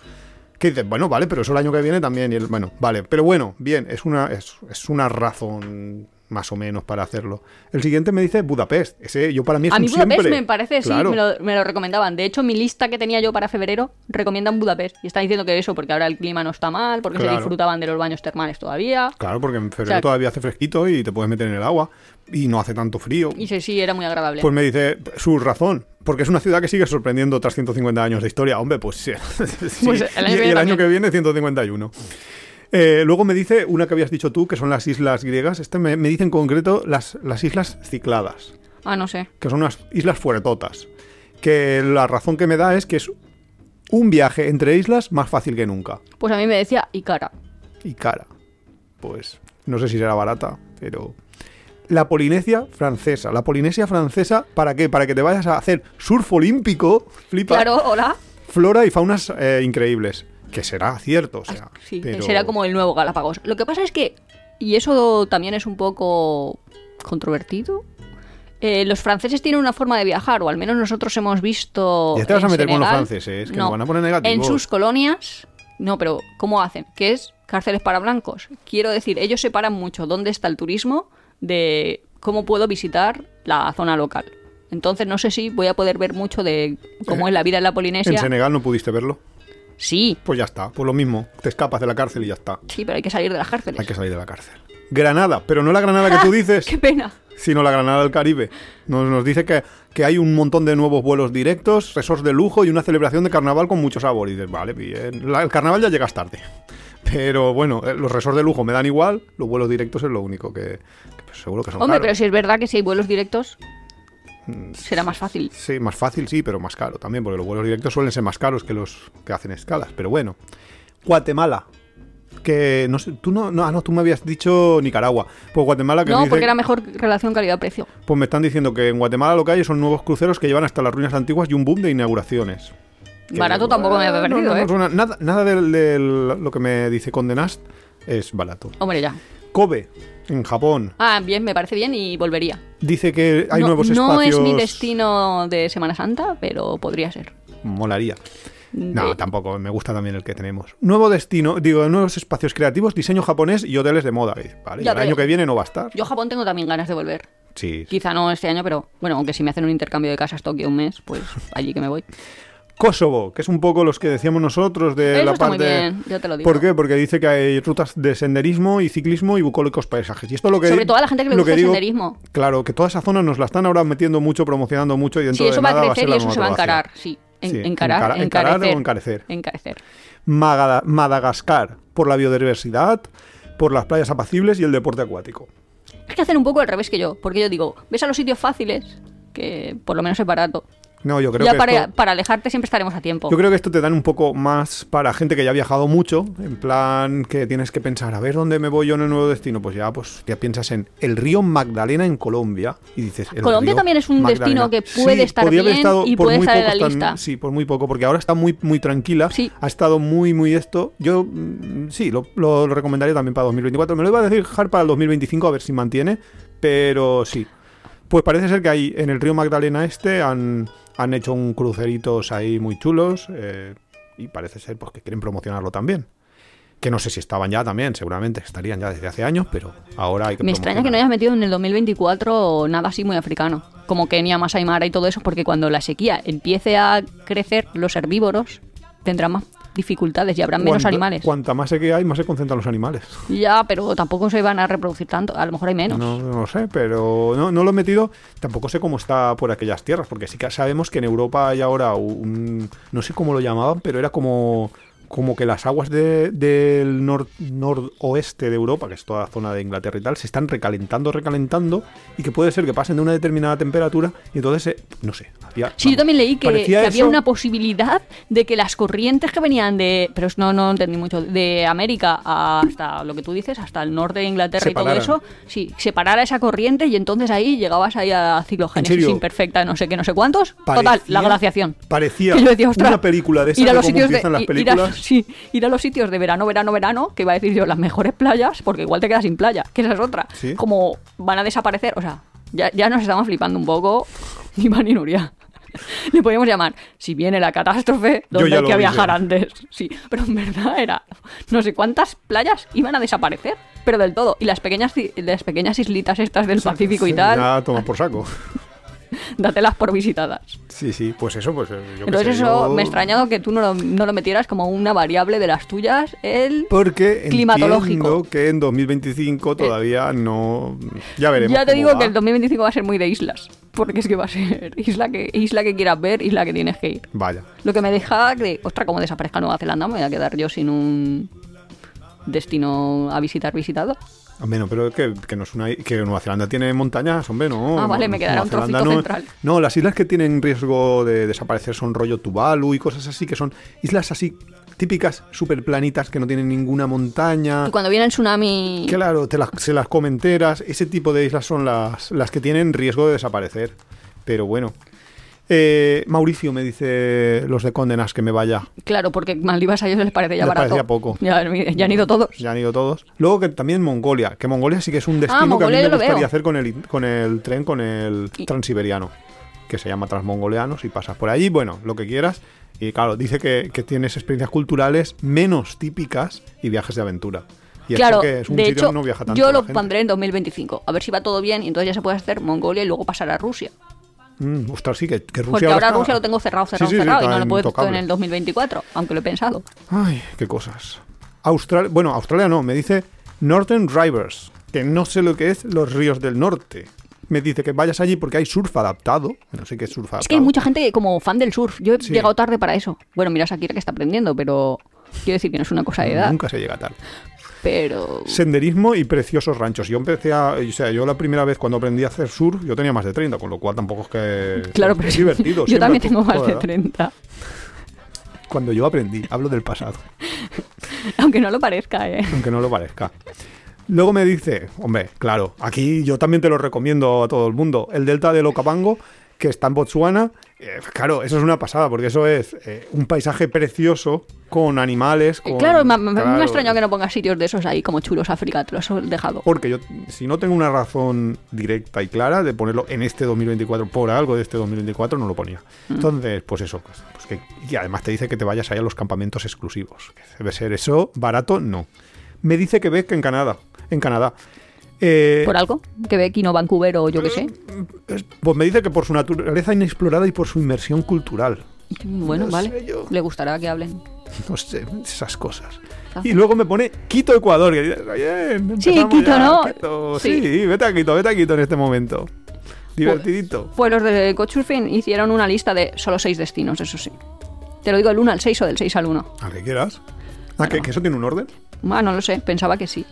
[SPEAKER 2] Que dices, bueno, vale, pero eso el año que viene también. Y el- bueno, vale, pero bueno, bien, es una, es, es una razón más o menos para hacerlo. El siguiente me dice Budapest. Ese yo para mí es
[SPEAKER 1] A
[SPEAKER 2] un
[SPEAKER 1] mí Budapest
[SPEAKER 2] siempre.
[SPEAKER 1] me parece, sí,
[SPEAKER 2] Claro.
[SPEAKER 1] me lo, me lo recomendaban. De hecho, mi lista que tenía yo para febrero recomiendan Budapest. Y están diciendo que eso, porque ahora el clima no está mal, porque se
[SPEAKER 2] Claro.
[SPEAKER 1] disfrutaban de los baños termales todavía.
[SPEAKER 2] Claro, porque en febrero
[SPEAKER 1] O sea-
[SPEAKER 2] todavía hace fresquito y te puedes meter en el agua y no hace tanto frío.
[SPEAKER 1] Y sí, sí, era muy agradable.
[SPEAKER 2] Pues me dice su razón, porque es una ciudad que sigue sorprendiendo tras 150 años de historia. Hombre, pues sí. Sí,
[SPEAKER 1] Pues el año que
[SPEAKER 2] y, y
[SPEAKER 1] viene
[SPEAKER 2] el año
[SPEAKER 1] también.
[SPEAKER 2] que viene 151. Eh, luego me dice una que habías dicho tú, que son las islas griegas. Este me, me dice en concreto las, las islas Cicladas,
[SPEAKER 1] Ah, no sé.
[SPEAKER 2] que son unas islas fueretotas. Que la razón que me da es que es un viaje entre islas más fácil que nunca.
[SPEAKER 1] Pues a mí me decía Icara.
[SPEAKER 2] y cara. Pues no sé si será barata, pero... La Polinesia francesa. La Polinesia francesa, ¿para qué? Para que te vayas a hacer surf olímpico, flipa,
[SPEAKER 1] Claro, hola.
[SPEAKER 2] flora y faunas eh, increíbles. Que será cierto, o sea.
[SPEAKER 1] Ah, Sí,
[SPEAKER 2] pero-
[SPEAKER 1] será como el nuevo Galápagos. Lo que pasa es que, y eso también es un poco controvertido, eh, los franceses tienen una forma de viajar, o al menos nosotros hemos visto...
[SPEAKER 2] Ya te vas
[SPEAKER 1] en
[SPEAKER 2] a meter con los
[SPEAKER 1] Senegal-
[SPEAKER 2] franceses, que nos van a poner negativos.
[SPEAKER 1] En sus colonias... No, pero ¿cómo hacen? ¿Qué es cárceles para blancos? Quiero decir, ellos separan mucho dónde está el turismo de cómo puedo visitar la zona local. Entonces no sé si voy a poder ver mucho de cómo es la vida en la
[SPEAKER 2] Eh, En
[SPEAKER 1] Polinesia.
[SPEAKER 2] Senegal no pudiste verlo.
[SPEAKER 1] sí,
[SPEAKER 2] Pues ya está, pues lo mismo. Te escapas de la cárcel y ya está.
[SPEAKER 1] sí, pero hay que salir de las cárceles.
[SPEAKER 2] Hay que salir de la cárcel. Granada, pero no la Granada que tú dices.
[SPEAKER 1] Qué pena.
[SPEAKER 2] sino la Granada del Caribe. Nos, nos dice que, que hay un montón de nuevos vuelos directos, resorts de lujo y una celebración de carnaval con mucho sabor. Y dices, vale, bien. La- el carnaval ya llegas tarde. Pero bueno, eh, los resorts de lujo me dan igual, los vuelos directos es lo único que, que, pues, seguro que son
[SPEAKER 1] Hombre, pero
[SPEAKER 2] caros.
[SPEAKER 1] si es verdad que si hay vuelos directos,
[SPEAKER 2] Mm,
[SPEAKER 1] será más fácil.
[SPEAKER 2] Sí, más fácil sí, pero más caro también, porque los vuelos directos suelen ser más caros que los que hacen escalas. Pero bueno. Guatemala. Que no sé, tú no, no, ah, no, tú me habías dicho Nicaragua. Pues Guatemala que
[SPEAKER 1] No,
[SPEAKER 2] me dice-
[SPEAKER 1] porque era mejor relación calidad-precio.
[SPEAKER 2] Pues me están diciendo que en Guatemala lo que hay son nuevos cruceros que llevan hasta las ruinas antiguas y un boom de inauguraciones. Que- Ah,
[SPEAKER 1] Barato tampoco me había
[SPEAKER 2] No, no,
[SPEAKER 1] parecido,
[SPEAKER 2] no
[SPEAKER 1] ¿eh?
[SPEAKER 2] suena- nada nada del- del- lo que me dice Condenast es barato.
[SPEAKER 1] Hombre, ya.
[SPEAKER 2] Kobe, en Japón,
[SPEAKER 1] Ah, bien, me parece bien y volvería.
[SPEAKER 2] dice que hay
[SPEAKER 1] no,
[SPEAKER 2] nuevos
[SPEAKER 1] no
[SPEAKER 2] espacios.
[SPEAKER 1] es mi destino de Semana Santa, pero podría ser.
[SPEAKER 2] Molaría. No,
[SPEAKER 1] De-
[SPEAKER 2] tampoco, me gusta también el que tenemos. Nuevo destino, digo, nuevos espacios creativos, diseño japonés y hoteles de moda. Y, Vale,
[SPEAKER 1] Ya,
[SPEAKER 2] el
[SPEAKER 1] pero-
[SPEAKER 2] año que viene no va a estar.
[SPEAKER 1] Yo a Japón tengo también ganas de volver.
[SPEAKER 2] Sí.
[SPEAKER 1] Quizá no este año, pero bueno, aunque si me hacen un intercambio de casas Tokio un mes, pues allí que me voy.
[SPEAKER 2] Kosovo, que es un poco los que decíamos nosotros de
[SPEAKER 1] Eso
[SPEAKER 2] Eh, la
[SPEAKER 1] está
[SPEAKER 2] parte.
[SPEAKER 1] muy bien, ya te lo digo.
[SPEAKER 2] ¿Por qué? Porque dice que hay rutas de senderismo y ciclismo y bucólicos paisajes. Y esto es lo que
[SPEAKER 1] Sobre
[SPEAKER 2] di-
[SPEAKER 1] todo a la gente que le
[SPEAKER 2] lo
[SPEAKER 1] gusta el
[SPEAKER 2] digo-
[SPEAKER 1] senderismo.
[SPEAKER 2] Claro, que toda esa zona nos la están ahora metiendo mucho, promocionando mucho y dentro
[SPEAKER 1] Sí, eso
[SPEAKER 2] de
[SPEAKER 1] va
[SPEAKER 2] nada
[SPEAKER 1] a
[SPEAKER 2] va a ser
[SPEAKER 1] crecer
[SPEAKER 2] la
[SPEAKER 1] y eso
[SPEAKER 2] nueva
[SPEAKER 1] se va a
[SPEAKER 2] Croacia.
[SPEAKER 1] encarar, sí. En-
[SPEAKER 2] Sí,
[SPEAKER 1] encarar,
[SPEAKER 2] encara- encarar o encarecer.
[SPEAKER 1] Encarecer.
[SPEAKER 2] Magada- Madagascar, por la biodiversidad, por las playas apacibles y el deporte acuático.
[SPEAKER 1] Es que hacen un poco al revés que yo, porque yo digo, ves a los sitios fáciles, que por lo menos es barato.
[SPEAKER 2] No, yo creo
[SPEAKER 1] ya
[SPEAKER 2] que
[SPEAKER 1] para,
[SPEAKER 2] esto-
[SPEAKER 1] para alejarte siempre estaremos a tiempo.
[SPEAKER 2] Yo creo que esto te dan un poco más para gente que ya ha viajado mucho, en plan que tienes que pensar, a ver dónde me voy yo en el nuevo destino. Pues ya, pues ya piensas en el río Magdalena en Colombia y dices. el
[SPEAKER 1] Colombia
[SPEAKER 2] río
[SPEAKER 1] también es un destino que puede estar
[SPEAKER 2] podía haber
[SPEAKER 1] bien y
[SPEAKER 2] por
[SPEAKER 1] puede
[SPEAKER 2] muy
[SPEAKER 1] estar en
[SPEAKER 2] poco
[SPEAKER 1] la
[SPEAKER 2] tan-
[SPEAKER 1] lista.
[SPEAKER 2] sí, por muy poco, porque ahora está muy muy tranquila.
[SPEAKER 1] Sí.
[SPEAKER 2] Ha estado muy muy esto. Yo mm, sí lo, lo- lo recomendaría también para 2024. Me lo iba a dejar para el 2025 a ver si mantiene, pero sí. Pues parece ser que ahí en el río Magdalena este han, han hecho un cruceritos ahí muy chulos eh, y parece ser pues, que quieren promocionarlo también. Que no sé si estaban ya también, seguramente estarían ya desde hace años, pero ahora hay que
[SPEAKER 1] Me extraña que no hayas metido
[SPEAKER 2] promocionarlo.
[SPEAKER 1] en el 2024 nada así muy africano, como Kenia, Masai Mara y todo eso, porque cuando la sequía empiece a crecer, los herbívoros tendrán más dificultades y habrán menos
[SPEAKER 2] Cuanta-
[SPEAKER 1] animales.
[SPEAKER 2] Cuanta más sé que hay, más se concentran los animales.
[SPEAKER 1] Ya, pero tampoco se van a reproducir tanto, a lo mejor hay menos.
[SPEAKER 2] No, no lo sé, pero no, no lo he metido. Tampoco sé cómo está por aquellas tierras, porque sí que sabemos que en Europa hay ahora un. No sé cómo lo llamaban, pero era como. Como que las aguas de- del nor- noroeste de Europa, que es toda la zona de Inglaterra y tal, se están recalentando, recalentando, y que puede ser que pasen de una determinada temperatura, y entonces, eh, no sé, había.
[SPEAKER 1] Sí, yo
[SPEAKER 2] vamos,
[SPEAKER 1] también leí que,
[SPEAKER 2] parecía
[SPEAKER 1] que había
[SPEAKER 2] eso-
[SPEAKER 1] una posibilidad de que las corrientes que venían de, pero no, no entendí mucho, de América a- hasta lo que tú dices, hasta el norte de Inglaterra
[SPEAKER 2] Se
[SPEAKER 1] y todo
[SPEAKER 2] pararan.
[SPEAKER 1] eso, sí, separara esa corriente y entonces ahí llegabas ahí a
[SPEAKER 2] ¿En
[SPEAKER 1] ciclogénesis
[SPEAKER 2] serio?
[SPEAKER 1] imperfecta, no sé qué, no sé cuántos. Total,
[SPEAKER 2] Parecía-
[SPEAKER 1] la glaciación.
[SPEAKER 2] Parecía
[SPEAKER 1] Que yo decía, "Ostras,
[SPEAKER 2] una película de esas
[SPEAKER 1] ir a
[SPEAKER 2] de
[SPEAKER 1] los
[SPEAKER 2] cómo
[SPEAKER 1] sitios de-
[SPEAKER 2] empiezan las
[SPEAKER 1] i- ir a-
[SPEAKER 2] películas.
[SPEAKER 1] sí, ir a los sitios de verano, verano, verano, que iba a decir yo las mejores playas, porque igual te quedas sin playa, que esa es otra.
[SPEAKER 2] Sí.
[SPEAKER 1] Como van a desaparecer, o sea, ya, ya nos estamos flipando un poco, ni va ni Nuria. Le podíamos llamar, si viene la catástrofe,
[SPEAKER 2] Yo
[SPEAKER 1] donde
[SPEAKER 2] ya
[SPEAKER 1] hay
[SPEAKER 2] lo
[SPEAKER 1] que
[SPEAKER 2] avisé.
[SPEAKER 1] viajar antes. Sí, pero en verdad era, no sé cuántas playas iban a desaparecer, pero del todo. Y las pequeñas, ci- las pequeñas islitas estas del Pacífico y tal,
[SPEAKER 2] Nada, toma por saco.
[SPEAKER 1] dátelas por visitadas.
[SPEAKER 2] Sí, sí, pues eso, pues eh, yo qué sé,
[SPEAKER 1] Entonces eso
[SPEAKER 2] yo-
[SPEAKER 1] me ha extrañado que tú no lo, no lo metieras como una variable de las tuyas, el...
[SPEAKER 2] Pues, Porque
[SPEAKER 1] Climatológico. Eh,
[SPEAKER 2] entiendo que en 2025 todavía no... Ya veremos.
[SPEAKER 1] Ya te
[SPEAKER 2] cómo
[SPEAKER 1] digo
[SPEAKER 2] va.
[SPEAKER 1] que el 2025 va a ser muy de islas, porque es que va a ser isla que, isla que quieras ver, isla que tienes que ir.
[SPEAKER 2] Vaya.
[SPEAKER 1] Lo que me deja de, ostras, como desaparezca Nueva Zelanda, me voy a quedar yo sin un destino a visitar visitado.
[SPEAKER 2] Hombre, no, pero que, que no es una, que Nueva Zelanda tiene montañas, hombre, no.
[SPEAKER 1] Ah, vale, me quedará
[SPEAKER 2] Nueva
[SPEAKER 1] un trocito
[SPEAKER 2] no,
[SPEAKER 1] central.
[SPEAKER 2] No, las islas que tienen riesgo de desaparecer son rollo Tuvalu y cosas así, que son islas así típicas, súper planitas, que no tienen ninguna montaña.
[SPEAKER 1] Y cuando viene el tsunami,
[SPEAKER 2] Claro, te las, se las comen enteras. Ese tipo de islas son las, las que tienen riesgo de desaparecer. Pero bueno. Eh, Mauricio me dice los de Condenas que me vaya.
[SPEAKER 1] claro, porque Maldivas a ellos les parece ya
[SPEAKER 2] Les
[SPEAKER 1] barato.
[SPEAKER 2] parecía poco.
[SPEAKER 1] Ya, ya han ido todos.
[SPEAKER 2] Ya han ido todos. Luego que también Mongolia, que Mongolia sí que es un destino que a mí
[SPEAKER 1] Ah, Mongolia
[SPEAKER 2] me
[SPEAKER 1] yo lo
[SPEAKER 2] gustaría
[SPEAKER 1] veo.
[SPEAKER 2] hacer con el, con el tren, con el
[SPEAKER 1] Y-
[SPEAKER 2] transiberiano, que se llama Transmongoliano, si pasas por allí, bueno, lo que quieras. Y claro, dice que, que tienes experiencias culturales menos típicas y viajes de aventura. Y eso
[SPEAKER 1] claro,
[SPEAKER 2] que es un
[SPEAKER 1] de
[SPEAKER 2] sitio
[SPEAKER 1] hecho,
[SPEAKER 2] que no viaja tanto
[SPEAKER 1] yo
[SPEAKER 2] la
[SPEAKER 1] lo
[SPEAKER 2] gente.
[SPEAKER 1] pondré en 2025. A ver si va todo bien y entonces ya se puede hacer Mongolia y luego pasar a Rusia.
[SPEAKER 2] Mm, ostras, sí, que, que Rusia
[SPEAKER 1] Porque ahora
[SPEAKER 2] está-
[SPEAKER 1] Rusia lo tengo cerrado, cerrado,
[SPEAKER 2] Sí, sí, sí,
[SPEAKER 1] cerrado y
[SPEAKER 2] está
[SPEAKER 1] no lo puedo hacer en
[SPEAKER 2] intocable.
[SPEAKER 1] el 2024, aunque lo he pensado.
[SPEAKER 2] Ay, qué cosas. Austral... Bueno, Australia no, me dice Northern Rivers, que no sé lo que es los ríos del norte. Me dice que vayas allí porque hay surf adaptado. No sé qué es surf adaptado.
[SPEAKER 1] Es que hay mucha gente que como fan del surf. Yo he
[SPEAKER 2] Sí.
[SPEAKER 1] llegado tarde para eso. Bueno, mira Shakira que está aprendiendo, pero quiero decir que no es una cosa de edad.
[SPEAKER 2] Nunca se llega tarde.
[SPEAKER 1] Pero
[SPEAKER 2] Senderismo y preciosos ranchos. Yo empecé a. O sea, yo la primera vez cuando aprendí a hacer surf, yo tenía más de 30, con lo cual tampoco es que.
[SPEAKER 1] claro, pero
[SPEAKER 2] es divertido.
[SPEAKER 1] yo
[SPEAKER 2] siempre
[SPEAKER 1] también
[SPEAKER 2] tu-
[SPEAKER 1] tengo más
[SPEAKER 2] toda
[SPEAKER 1] de
[SPEAKER 2] edad.
[SPEAKER 1] 30.
[SPEAKER 2] Cuando yo aprendí, hablo del pasado.
[SPEAKER 1] Aunque no lo parezca, ¿eh?
[SPEAKER 2] aunque no lo parezca. Luego me dice, hombre, claro, aquí yo también te lo recomiendo a todo el mundo, el delta del Okavango, que está en Botsuana. Eh, claro, eso es una pasada, porque eso es eh, un paisaje precioso con animales. Con,
[SPEAKER 1] Eh, claro, me, me- me
[SPEAKER 2] Claro,
[SPEAKER 1] ha extrañado que no pongas sitios de esos ahí como chulos África, te los he dejado.
[SPEAKER 2] Porque yo, si no tengo una razón directa y clara de ponerlo en este 2024, por algo de este 2024, no lo ponía.
[SPEAKER 1] Mm.
[SPEAKER 2] Entonces, pues eso. pues- pues que- y además te dice que te vayas ahí a los campamentos exclusivos. que debe ser eso, barato, no. Me dice que ve que en Canadá. En Canadá. Eh,
[SPEAKER 1] Por algo, Quebec y no Vancouver o yo qué sé.
[SPEAKER 2] es- pues me dice que por su naturaleza inexplorada y por su inmersión cultural.
[SPEAKER 1] Bueno,
[SPEAKER 2] no
[SPEAKER 1] vale.
[SPEAKER 2] sé yo.
[SPEAKER 1] Le gustará que hablen.
[SPEAKER 2] No sé, esas cosas.
[SPEAKER 1] Ah.
[SPEAKER 2] Y luego me pone Quito, Ecuador. Que dices, "Bien,
[SPEAKER 1] Sí,
[SPEAKER 2] empezamos
[SPEAKER 1] Quito,
[SPEAKER 2] ya,
[SPEAKER 1] ¿no?
[SPEAKER 2] Quito".
[SPEAKER 1] Sí.
[SPEAKER 2] Sí. vete a Quito, vete a Quito en este momento. Divertidito.
[SPEAKER 1] Pues los de Couchsurfing hicieron una lista de solo seis destinos, eso sí. Te lo digo del 1 al 6 o del 6 al 1.
[SPEAKER 2] A que quieras. Ah, ¿que,
[SPEAKER 1] Bueno.
[SPEAKER 2] que eso tiene un orden?
[SPEAKER 1] Ah, no lo sé, pensaba que sí.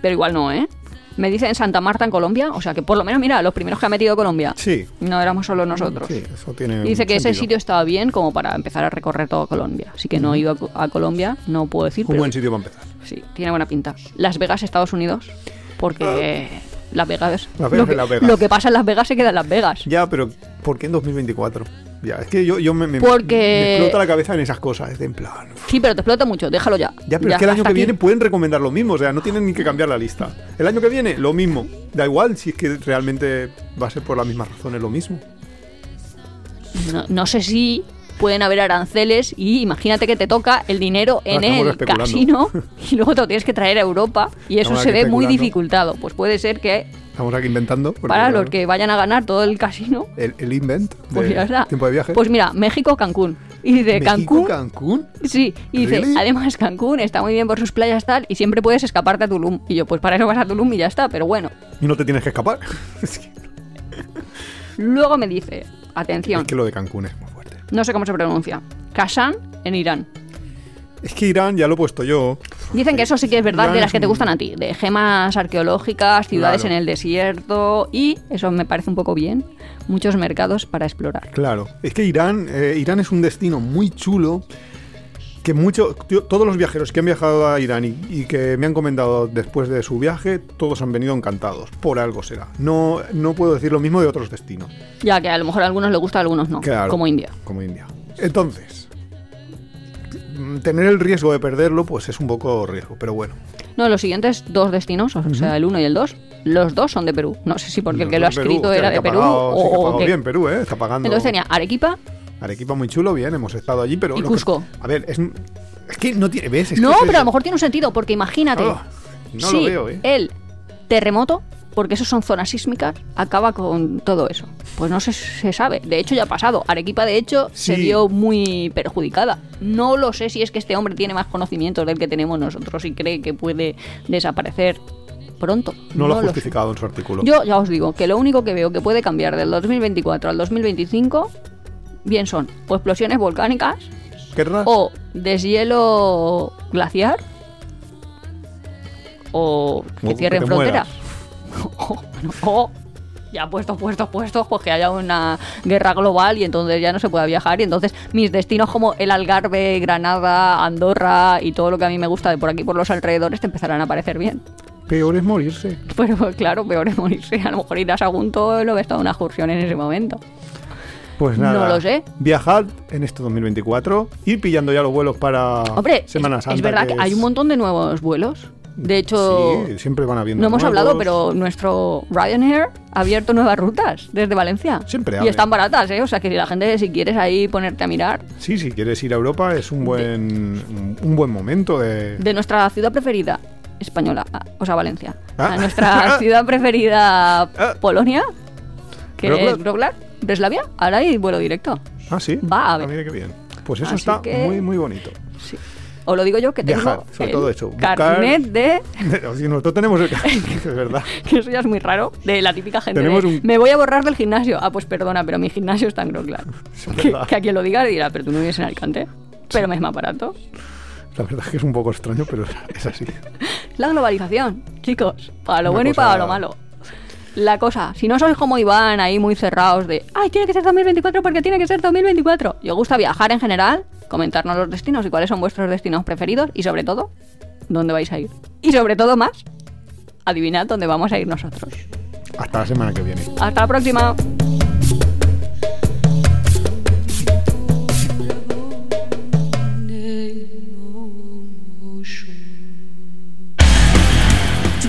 [SPEAKER 1] Pero igual no, ¿eh? Me dicen Santa Marta en Colombia, o sea que por lo menos, mira, los primeros que ha metido Colombia.
[SPEAKER 2] Sí.
[SPEAKER 1] No éramos solo nosotros.
[SPEAKER 2] Sí, eso tiene.
[SPEAKER 1] Y dice
[SPEAKER 2] un
[SPEAKER 1] que ese
[SPEAKER 2] sentido.
[SPEAKER 1] sitio estaba bien como para empezar a recorrer todo Colombia. Así que no he ido a Co- a, Colombia, no puedo decir,
[SPEAKER 2] Un
[SPEAKER 1] pero
[SPEAKER 2] buen sitio para empezar.
[SPEAKER 1] sí, tiene buena pinta. Las Vegas, Estados Unidos, porque Las Vegas,
[SPEAKER 2] Ah. Las Vegas
[SPEAKER 1] lo,
[SPEAKER 2] es
[SPEAKER 1] que,
[SPEAKER 2] Las Vegas.
[SPEAKER 1] lo que pasa en Las Vegas se queda en Las Vegas.
[SPEAKER 2] Ya, pero ¿por qué en 2024? Ya, es que yo, yo me, me-
[SPEAKER 1] Porque-
[SPEAKER 2] me explota la cabeza en esas cosas. Es de en plan. uf.
[SPEAKER 1] Sí, pero te explota mucho, déjalo ya.
[SPEAKER 2] Ya, pero es que el año
[SPEAKER 1] hasta
[SPEAKER 2] que
[SPEAKER 1] aquí.
[SPEAKER 2] viene pueden recomendar lo mismo. O sea, no tienen ni que cambiar la lista. El año que viene, lo mismo. Da igual si es que realmente va a ser por las mismas razones lo mismo.
[SPEAKER 1] No, no sé si pueden haber aranceles y imagínate que te toca el dinero en
[SPEAKER 2] Ah, estamos
[SPEAKER 1] el
[SPEAKER 2] especulando.
[SPEAKER 1] casino y luego te lo tienes que traer a Europa y eso
[SPEAKER 2] Estamos
[SPEAKER 1] se
[SPEAKER 2] aquí
[SPEAKER 1] ve muy
[SPEAKER 2] especulando.
[SPEAKER 1] dificultado. Pues puede ser que
[SPEAKER 2] Estamos aquí inventando. porque,
[SPEAKER 1] para
[SPEAKER 2] claro,
[SPEAKER 1] los que vayan a ganar todo el casino,
[SPEAKER 2] El, el invent.
[SPEAKER 1] pues
[SPEAKER 2] de
[SPEAKER 1] ya está.
[SPEAKER 2] Tiempo de viaje.
[SPEAKER 1] Pues mira, México, Cancún. Y de Cancún.
[SPEAKER 2] México, Cancún.
[SPEAKER 1] Sí, y dice,
[SPEAKER 2] ¿Really?
[SPEAKER 1] además Cancún está muy bien por sus playas tal, y siempre puedes escaparte a Tulum. Y yo, pues para eso vas a Tulum y ya está, pero bueno.
[SPEAKER 2] Y no te tienes que escapar. es, que,
[SPEAKER 1] Luego me dice, atención,
[SPEAKER 2] es que lo de Cancún es muy fuerte.
[SPEAKER 1] no sé cómo se pronuncia, Kazán en Irán.
[SPEAKER 2] Es que Irán ya lo he puesto yo.
[SPEAKER 1] Dicen que eso sí que es verdad, de
[SPEAKER 2] Irán
[SPEAKER 1] las
[SPEAKER 2] es
[SPEAKER 1] que te
[SPEAKER 2] un-
[SPEAKER 1] gustan a ti, de gemas arqueológicas, ciudades
[SPEAKER 2] Claro.
[SPEAKER 1] en el desierto y, eso me parece un poco bien, muchos mercados para explorar.
[SPEAKER 2] Claro, es que Irán, eh, Irán es un destino muy chulo que mucho, tío, todos los viajeros que han viajado a Irán y, y que me han comentado después de su viaje, todos han venido encantados, por algo será. No, no puedo decir lo mismo de otros destinos,
[SPEAKER 1] Ya que a lo mejor a algunos les gusta, a algunos no,
[SPEAKER 2] Claro.
[SPEAKER 1] como India.
[SPEAKER 2] como India. Entonces, mm, tener el riesgo de perderlo, pues es un poco riesgo, pero bueno.
[SPEAKER 1] No, los siguientes dos destinos, o sea, el 1 y el 2, Los dos son de Perú. No sé si porque el
[SPEAKER 2] Los
[SPEAKER 1] que lo ha
[SPEAKER 2] dos Perú,
[SPEAKER 1] escrito
[SPEAKER 2] hostia,
[SPEAKER 1] era
[SPEAKER 2] que
[SPEAKER 1] de
[SPEAKER 2] ha
[SPEAKER 1] Perú
[SPEAKER 2] pagado- sí que ha
[SPEAKER 1] o
[SPEAKER 2] pagado
[SPEAKER 1] qué.
[SPEAKER 2] bien Perú, ¿eh? Está pagando.
[SPEAKER 1] Entonces tenía Arequipa.
[SPEAKER 2] Arequipa muy chulo, bien, hemos estado allí, pero...
[SPEAKER 1] Y
[SPEAKER 2] lo que-
[SPEAKER 1] Cusco.
[SPEAKER 2] a ver, es, es que no tiene... ¿Ves? Es que
[SPEAKER 1] No,
[SPEAKER 2] es
[SPEAKER 1] pero a
[SPEAKER 2] eso.
[SPEAKER 1] lo mejor tiene un sentido, porque imagínate.
[SPEAKER 2] Oh, no
[SPEAKER 1] si
[SPEAKER 2] lo veo, ¿eh?
[SPEAKER 1] El terremoto, porque eso son zonas sísmicas, acaba con todo eso. Pues no se, se sabe. De hecho, ya ha pasado. Arequipa, de hecho, se
[SPEAKER 2] Sí.
[SPEAKER 1] vio muy perjudicada. No lo sé si es que este hombre tiene más conocimientos del que tenemos nosotros y cree que puede desaparecer pronto.
[SPEAKER 2] No, lo ha
[SPEAKER 1] sé.
[SPEAKER 2] justificado en su artículo.
[SPEAKER 1] Yo ya os digo que lo único que veo que puede cambiar del 2024 al 2025 bien son o explosiones volcánicas
[SPEAKER 2] ¿Qué ras?
[SPEAKER 1] o deshielo glaciar o que
[SPEAKER 2] O
[SPEAKER 1] cierren
[SPEAKER 2] que
[SPEAKER 1] fronteras.
[SPEAKER 2] mueras.
[SPEAKER 1] O, bueno, o ya puestos, puestos, puestos, pues que haya una guerra global y entonces ya no se pueda viajar. Y entonces mis destinos como el Algarve, Granada, Andorra y todo lo que a mí me gusta de por aquí por los alrededores te empezarán a parecer bien.
[SPEAKER 2] Peor es morirse.
[SPEAKER 1] Pero claro, peor es morirse. A lo mejor irás a Gunto y lo ves toda una excursión en ese momento.
[SPEAKER 2] Pues
[SPEAKER 1] No
[SPEAKER 2] nada.
[SPEAKER 1] lo sé.
[SPEAKER 2] Viajad en este 2024, ir pillando ya los vuelos para
[SPEAKER 1] Hombre, es-
[SPEAKER 2] Semana
[SPEAKER 1] es,
[SPEAKER 2] Santa.
[SPEAKER 1] verdad que hay un montón de nuevos vuelos. De hecho,
[SPEAKER 2] Sí, siempre van habiendo
[SPEAKER 1] no hemos
[SPEAKER 2] nuevos.
[SPEAKER 1] hablado, pero nuestro Ryanair ha abierto nuevas rutas desde Valencia.
[SPEAKER 2] Siempre
[SPEAKER 1] Y
[SPEAKER 2] abre.
[SPEAKER 1] están baratas, ¿eh? O sea, que si la gente, si quieres ahí ponerte a mirar,
[SPEAKER 2] Sí, si quieres ir a Europa es un buen, un- un buen momento de...
[SPEAKER 1] de nuestra ciudad preferida española, ah, o sea, Valencia, a
[SPEAKER 2] Ah.
[SPEAKER 1] nuestra ciudad preferida Polonia, que es
[SPEAKER 2] Wrocław.
[SPEAKER 1] Wrocław, Breslavia, ahora hay vuelo directo.
[SPEAKER 2] Ah, sí.
[SPEAKER 1] Va a haber.
[SPEAKER 2] Ah, mira qué bien. Pues eso
[SPEAKER 1] Así
[SPEAKER 2] está
[SPEAKER 1] que-
[SPEAKER 2] muy, muy bonito.
[SPEAKER 1] Sí. Os lo digo yo que tengo
[SPEAKER 2] Viajar, sobre
[SPEAKER 1] el
[SPEAKER 2] todo eso, buscar-
[SPEAKER 1] carnet de
[SPEAKER 2] Si nosotros tenemos el... es verdad.
[SPEAKER 1] que eso ya es muy raro, de la típica gente.
[SPEAKER 2] Tenemos
[SPEAKER 1] de,
[SPEAKER 2] un-
[SPEAKER 1] Me voy a borrar del gimnasio. Ah, pues perdona, pero mi gimnasio está en Groenland.
[SPEAKER 2] Es
[SPEAKER 1] que,
[SPEAKER 2] verdad.
[SPEAKER 1] que a quien lo diga dirá, pero tú no vives en Alicante, pero me es más barato.
[SPEAKER 2] La verdad es que es un poco extraño, pero es así.
[SPEAKER 1] La globalización, chicos, para lo
[SPEAKER 2] Una
[SPEAKER 1] bueno y
[SPEAKER 2] cosa-
[SPEAKER 1] para lo malo. La cosa, si no sois como Iván ahí muy cerrados de, ay, tiene que ser 2024 porque tiene que ser 2024. Yo gusta viajar en general, comentarnos los destinos y cuáles son vuestros destinos preferidos y sobre todo, dónde vais a ir. Y sobre todo más, adivinad dónde vamos a ir nosotros.
[SPEAKER 2] Hasta la semana que viene.
[SPEAKER 1] Hasta la próxima. Si